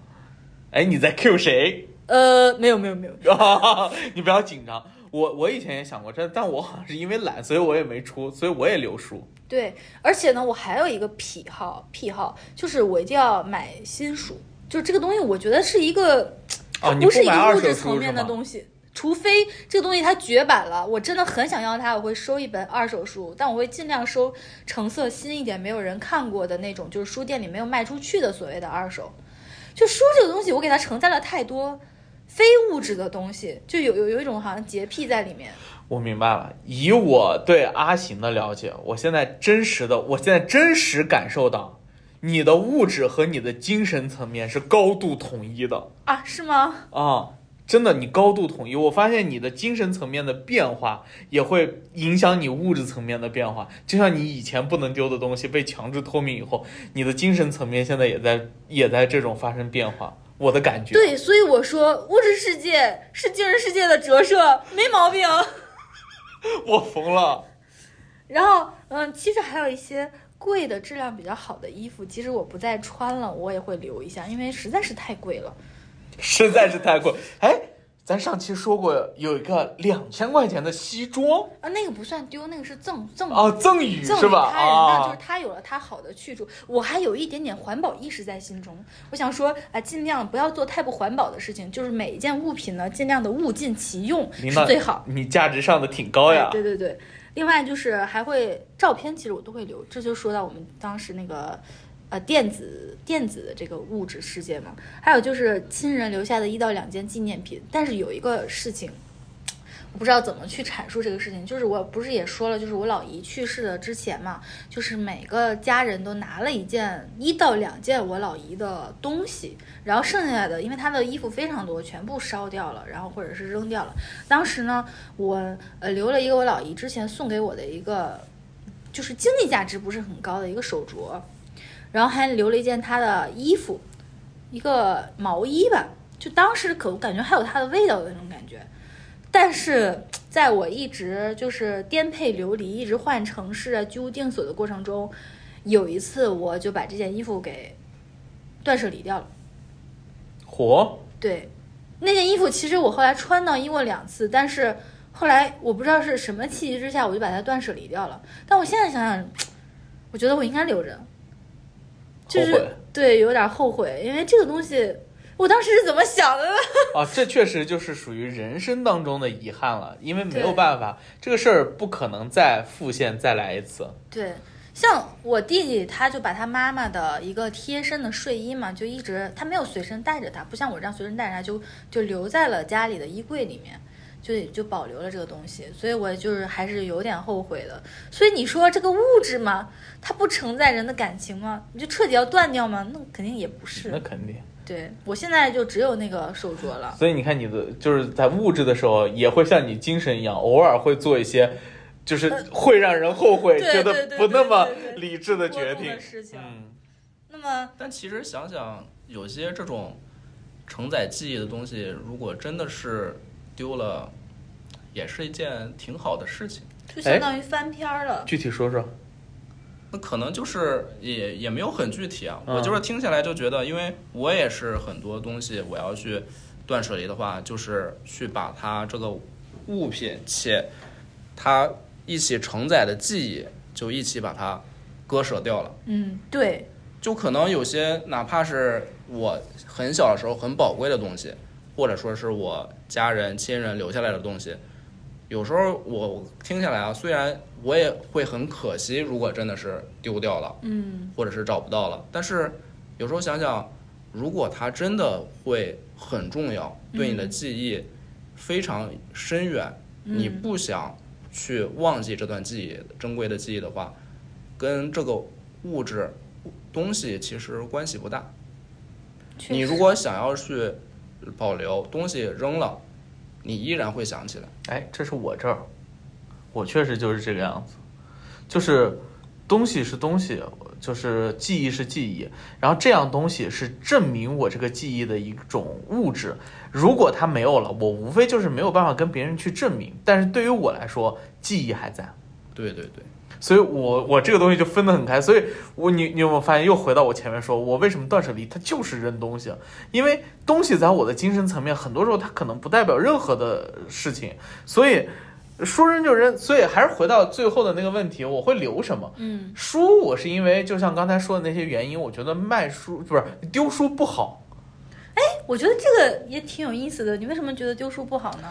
[SPEAKER 2] 哎，你在 Q 谁？
[SPEAKER 1] 呃，没有没有没有，
[SPEAKER 2] 你不要紧张。我我以前也想过这，但我好像是因为懒，所以我也没出，所以我也留书。
[SPEAKER 1] 对，而且呢，我还有一个癖好，癖好就是我一定要买新书，就是这个东西，我觉得是一个，
[SPEAKER 2] 哦
[SPEAKER 1] 它
[SPEAKER 2] 你
[SPEAKER 1] 不是
[SPEAKER 2] 不
[SPEAKER 1] 一
[SPEAKER 2] 买
[SPEAKER 1] 个物
[SPEAKER 2] 二手
[SPEAKER 1] 质
[SPEAKER 2] 书
[SPEAKER 1] 层
[SPEAKER 2] 是
[SPEAKER 1] 面的
[SPEAKER 2] 吗
[SPEAKER 1] 东西，除非这个东西它绝版了，我真的很想要它，我会收一本二手书，但我会尽量收成色新一点、没有人看过的那种，就是书店里没有卖出去的所谓的二手。就书这个东西，我给它承载了太多非物质的东西，就有有有一种好像洁癖在里面。
[SPEAKER 2] 我明白了。以我对阿行的了解，我现在真实的，我现在真实感受到，你的物质和你的精神层面是高度统一的。
[SPEAKER 1] 啊，是吗？
[SPEAKER 2] 啊，真的，你高度统一，我发现你的精神层面的变化也会影响你物质层面的变化。就像你以前不能丢的东西被强制脱敏以后，你的精神层面现在也在也在这种发生变化。我的感觉，，
[SPEAKER 1] 对，所以我说物质世界是精神世界的折射，没毛病。
[SPEAKER 2] 我疯了。
[SPEAKER 1] 然后，嗯，其实还有一些贵的、质量比较好的衣服，即使我不再穿了，我也会留一下，因为实在是太贵了。
[SPEAKER 2] 实在是太贵。哎，咱上期说过有一个两千块钱的西装
[SPEAKER 1] 啊，那个不算丢，那个是赠赠
[SPEAKER 2] 啊，赠予
[SPEAKER 1] 赠
[SPEAKER 2] 是
[SPEAKER 1] 予
[SPEAKER 2] 吧？
[SPEAKER 1] 他人，那就是
[SPEAKER 2] 啊，
[SPEAKER 1] 他有了他好的去处。我还有一点点环保意识在心中，我想说啊，尽量不要做太不环保的事情，就是每一件物品呢，尽量的物尽其用
[SPEAKER 2] 琳
[SPEAKER 1] 是
[SPEAKER 2] 娜
[SPEAKER 1] 最好。
[SPEAKER 2] 啊你价值上的挺高呀
[SPEAKER 1] 哎。对对对，另外就是还会照片，其实我都会留。这就说到我们当时那个呃电子电子的这个物质世界嘛。还有就是亲人留下的一到两件纪念品，但是有一个事情。我不知道怎么去阐述这个事情，就是我不是也说了，就是我老姨去世的之前嘛，就是每个家人都拿了一件一到两件我老姨的东西，然后剩下的因为她的衣服非常多，全部烧掉了，然后或者是扔掉了。当时呢，我呃留了一个我老姨之前送给我的一个，就是经济价值不是很高的一个手镯，然后还留了一件她的衣服，一个毛衣吧，就当时可感觉还有它的味道的那种感觉。但是在我一直就是颠沛流离，一直换城市啊、居无定所的过程中，有一次我就把这件衣服给断舍离掉了。
[SPEAKER 2] 火
[SPEAKER 1] 对，那件衣服其实我后来穿到衣过两次，但是后来我不知道是什么契机之下，我就把它断舍离掉了。但我现在想想，我觉得我应该留着，就
[SPEAKER 2] 后
[SPEAKER 1] 是
[SPEAKER 2] 悔
[SPEAKER 1] 对，有点后悔，因为这个东西我当时是怎么想的呢？
[SPEAKER 2] 啊，这确实就是属于人生当中的遗憾了，因为没有
[SPEAKER 1] 对
[SPEAKER 2] 办法，这个事儿不可能再复现再来一次。
[SPEAKER 1] 对，像我弟弟，他就把他妈妈的一个贴身的睡衣嘛，就一直他没有随身带着他，不像我这样随身带着他就就留在了家里的衣柜里面，就就保留了这个东西，所以我就是还是有点后悔的。所以你说这个物质嘛，它不承载人的感情吗？你就彻底要断掉吗？那肯定也不
[SPEAKER 2] 那
[SPEAKER 1] 是。
[SPEAKER 2] 肯定。
[SPEAKER 1] 对我现在就只有那个手镯 了。
[SPEAKER 2] 所以你看，你的就是在物质的时候，也会像你精神一样，偶尔会做一些，就是会让人后
[SPEAKER 1] 呃
[SPEAKER 2] 悔、
[SPEAKER 1] 对
[SPEAKER 2] 觉
[SPEAKER 1] 对
[SPEAKER 2] 得
[SPEAKER 1] 对
[SPEAKER 2] 不那么
[SPEAKER 1] 对对对
[SPEAKER 2] 理智的
[SPEAKER 1] 波
[SPEAKER 2] 决
[SPEAKER 1] 动
[SPEAKER 2] 定
[SPEAKER 1] 的。事情，
[SPEAKER 2] 嗯，
[SPEAKER 1] 那么
[SPEAKER 3] 但其实想想，有些这种承载记忆的东西，如果真的是丢了，也是一件挺好的事情。
[SPEAKER 1] 就相当于翻篇儿了。
[SPEAKER 2] 具体说说。
[SPEAKER 3] 那可能就是也也没有很具体啊，
[SPEAKER 2] 嗯
[SPEAKER 3] 我就是听下来就觉得，因为我也是很多东西我要去断舍离的话，就是去把它这个物品且它一起承载的记忆，就一起把它割舍掉了。
[SPEAKER 1] 嗯，对，
[SPEAKER 3] 就可能有些哪怕是我很小的时候很宝贵的东西，或者说是我家人亲人留下来的东西，有时候我我听下来啊，虽然我也会很可惜，如果真的是丢掉了。
[SPEAKER 1] 嗯，
[SPEAKER 3] 或者是找不到了。但是有时候想想，如果它真的会很重要，
[SPEAKER 1] 嗯
[SPEAKER 3] 对你的记忆非常深远，
[SPEAKER 1] 嗯
[SPEAKER 3] 你不想去忘记这段记忆、珍贵的记忆的话，跟这个物质东西其实关系不大。
[SPEAKER 1] 确
[SPEAKER 3] 你如
[SPEAKER 1] 实
[SPEAKER 3] 果想要去保留东西扔了，你依然会想起来。
[SPEAKER 2] 哎，这是我这儿，我确实就是这个样子，就是东西是东西，就是记忆是记忆，然后这样东西是证明我这个记忆的一种物质。如果它没有了，我无非就是没有办法跟别人去证明。但是对于我来说，记忆还在。
[SPEAKER 3] 对对对，
[SPEAKER 2] 所以我我这个东西就分得很开，所以我你你有没有发现又回到我前面说，我为什么断舍离？它就是扔东西，啊因为东西在我的精神层面，很多时候它可能不代表任何的事情，所以说扔就扔。所以还是回到最后的那个问题，我会留什么？
[SPEAKER 1] 嗯
[SPEAKER 2] 书我是因为就像刚才说的那些原因，我觉得卖书不是丢书不好。
[SPEAKER 1] 我觉得这个也挺有意思的。你为什么觉得丢书不好呢？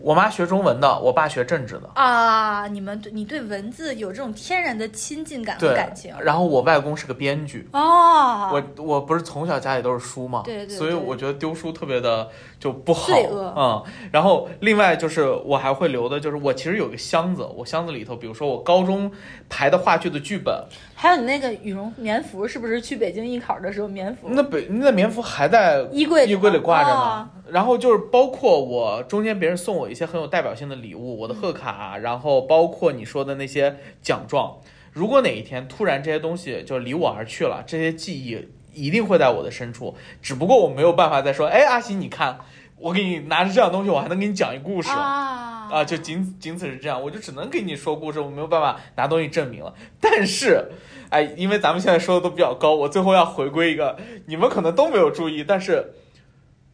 [SPEAKER 2] 我妈学中文的，我爸学政治的。
[SPEAKER 1] 啊，你们对你对文字有这种天然的亲近感和
[SPEAKER 2] 对
[SPEAKER 1] 感啊情，
[SPEAKER 2] 然后我外公是个编剧，
[SPEAKER 1] 哦，
[SPEAKER 2] 我我不是从小家里都是书嘛，
[SPEAKER 1] 对对
[SPEAKER 2] 所以
[SPEAKER 1] 对
[SPEAKER 2] 我觉得丢书特别的就不好，
[SPEAKER 1] 罪恶
[SPEAKER 2] 嗯。然后另外就是我还会留的，就是我其实有个箱子，我箱子里头，比如说我高中排的话剧的剧本，
[SPEAKER 1] 还有你那个羽绒棉服，是不是去北京艺考的时候棉服？
[SPEAKER 2] 那北那棉服还在
[SPEAKER 1] 衣柜
[SPEAKER 2] 衣柜里挂着呢。
[SPEAKER 1] 哦
[SPEAKER 2] 然后就是包括我中间别人送我一些很有代表性的礼物，我的贺卡，啊
[SPEAKER 1] 嗯
[SPEAKER 2] 然后包括你说的那些奖状。如果哪一天突然这些东西就离我而去了，这些记忆一定会在我的深处，只不过我没有办法再说，哎，阿喜，你看，我给你拿着这样东西，我还能给你讲一故事。
[SPEAKER 1] 啊
[SPEAKER 2] 啊，就仅仅此是这样，我就只能给你说故事，我没有办法拿东西证明了。但是，哎，因为咱们现在说的都比较高，我最后要回归一个，你们可能都没有注意，但是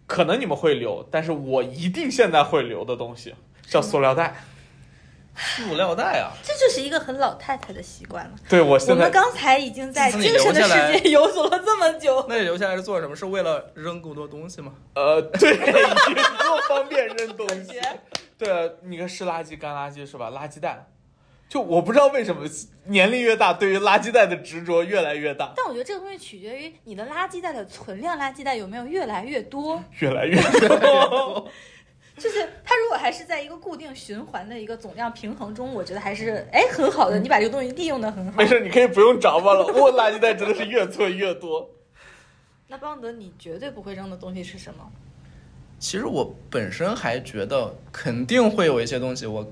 [SPEAKER 2] 可能你们会留，但是我一定现在会留的东西叫塑料袋。
[SPEAKER 3] 塑料袋啊，
[SPEAKER 1] 这就是一个很老太太的习惯了。
[SPEAKER 2] 对我
[SPEAKER 1] 我
[SPEAKER 2] 现
[SPEAKER 1] 们
[SPEAKER 2] 在
[SPEAKER 1] 刚才已经在
[SPEAKER 3] 自
[SPEAKER 1] 精
[SPEAKER 3] 从
[SPEAKER 1] 神
[SPEAKER 3] 你
[SPEAKER 1] 的
[SPEAKER 3] 留下来
[SPEAKER 1] 世界游走了这么久，
[SPEAKER 3] 那你留下来是做什么？是为了扔更多东西吗？
[SPEAKER 2] 呃，对，以后方便扔东
[SPEAKER 1] 感
[SPEAKER 2] 西啊
[SPEAKER 1] 觉。
[SPEAKER 2] 对，你看湿垃圾、干垃圾是吧？垃圾袋，就我不知道为什么年龄越大，对于垃圾袋的执着越来越大，
[SPEAKER 1] 但我觉得这个东西取决于你的垃圾袋的存量，垃圾袋有没有越来越多。
[SPEAKER 2] 越来越多。
[SPEAKER 1] 就是它如果还是在一个固定循环的一个总量平衡中，我觉得还是哎很好的，你把这个东西利用的很好
[SPEAKER 2] 没。事，你可以不用找我了，我垃圾袋真的是越存越多。
[SPEAKER 1] 那邦德，你绝对不会扔的东西是什么？
[SPEAKER 3] 其实我本身还觉得肯定会有一些东西我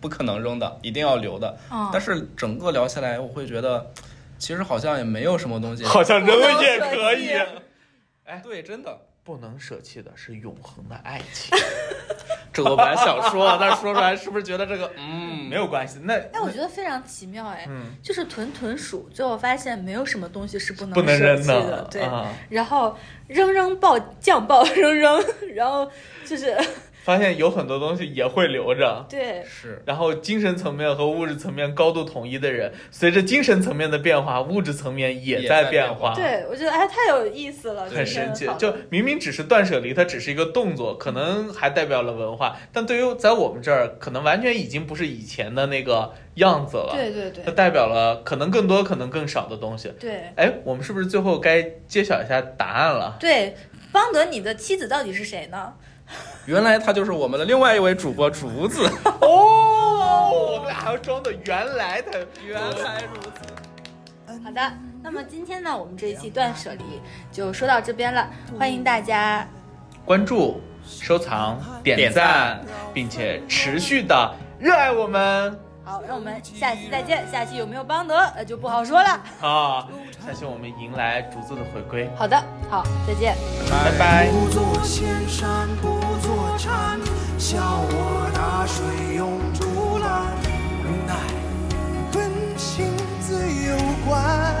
[SPEAKER 3] 不可能扔的，一定要留的。
[SPEAKER 1] 啊、
[SPEAKER 3] 但是整个聊下来，我会觉得其实好像也没有什么东西。哎
[SPEAKER 2] 好像扔了也可以，
[SPEAKER 3] 对，真的，
[SPEAKER 2] 不能舍弃的是永恒的爱情，
[SPEAKER 3] 这我本来想说，但是说出来是不是觉得这个嗯
[SPEAKER 2] 没有关系。那
[SPEAKER 1] 哎，我觉得非常奇妙哎，
[SPEAKER 2] 嗯，
[SPEAKER 1] 就是屯屯鼠，最后发现没有什么东西是不能
[SPEAKER 2] 不能
[SPEAKER 1] 舍
[SPEAKER 2] 扔
[SPEAKER 1] 弃
[SPEAKER 2] 的，
[SPEAKER 1] 对。
[SPEAKER 2] 啊
[SPEAKER 1] 然后扔扔爆酱爆扔扔，然后就是
[SPEAKER 2] 发现有很多东西也会留着。
[SPEAKER 1] 对，
[SPEAKER 3] 是
[SPEAKER 2] 然后精神层面和物质层面高度统一的人，随着精神层面的变化，物质层面也
[SPEAKER 3] 也
[SPEAKER 2] 在
[SPEAKER 3] 在
[SPEAKER 2] 变
[SPEAKER 3] 变
[SPEAKER 2] 化，
[SPEAKER 3] 化
[SPEAKER 1] 对我觉得哎太有意思了，今天
[SPEAKER 2] 很啊神奇
[SPEAKER 1] 讨。论
[SPEAKER 2] 就明明只是断舍离，它只是一个动作，可能还代表了文化，但对于在我们这儿，可能完全已经不是以前的那个样子了。
[SPEAKER 1] 对对
[SPEAKER 2] 它
[SPEAKER 1] 对
[SPEAKER 2] 代表了可能更多，可能更少的东西。
[SPEAKER 1] 对
[SPEAKER 2] 哎，我们是不是最后该揭晓一下答案了？
[SPEAKER 1] 对，邦德，你的妻子到底是谁呢？
[SPEAKER 3] 原来他就是我们的另外一位主播竹子，
[SPEAKER 2] 哦，我们俩还要装的，原来它
[SPEAKER 3] 如此。
[SPEAKER 1] 好的，那么今天呢，我们这一期断舍离就说到这边了，欢迎大家
[SPEAKER 2] 关注、收藏、点赞，
[SPEAKER 3] 点赞
[SPEAKER 2] 并且持续的热爱我们
[SPEAKER 1] 好，让我们下期再见。下期有没有邦德，呃，就不好说了。
[SPEAKER 2] 啊！相信我们迎来竹子的回归，
[SPEAKER 1] 好的，好，再见。
[SPEAKER 2] 拜拜
[SPEAKER 4] 不做仙山不做禅，笑我大水永竹篮。无奈本性自有关，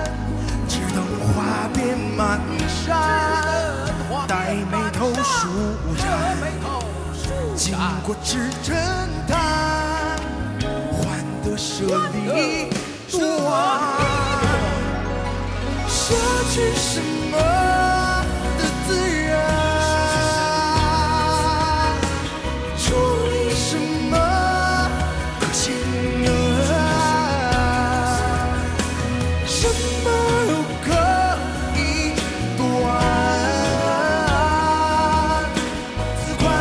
[SPEAKER 4] 只等花遍满山，黛眉头舒展，经过只尘叹，换得舍离多安。失去什么的自然，处理什么可信任，什么又可以断？自宽，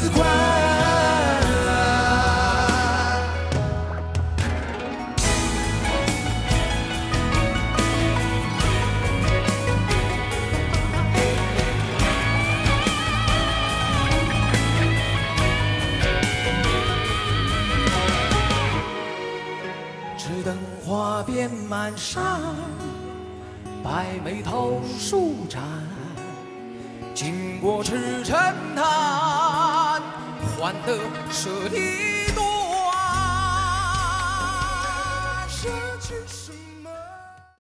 [SPEAKER 4] 自宽。只等花遍满山，白眉头舒展，经过赤尘叹，换得舍利多。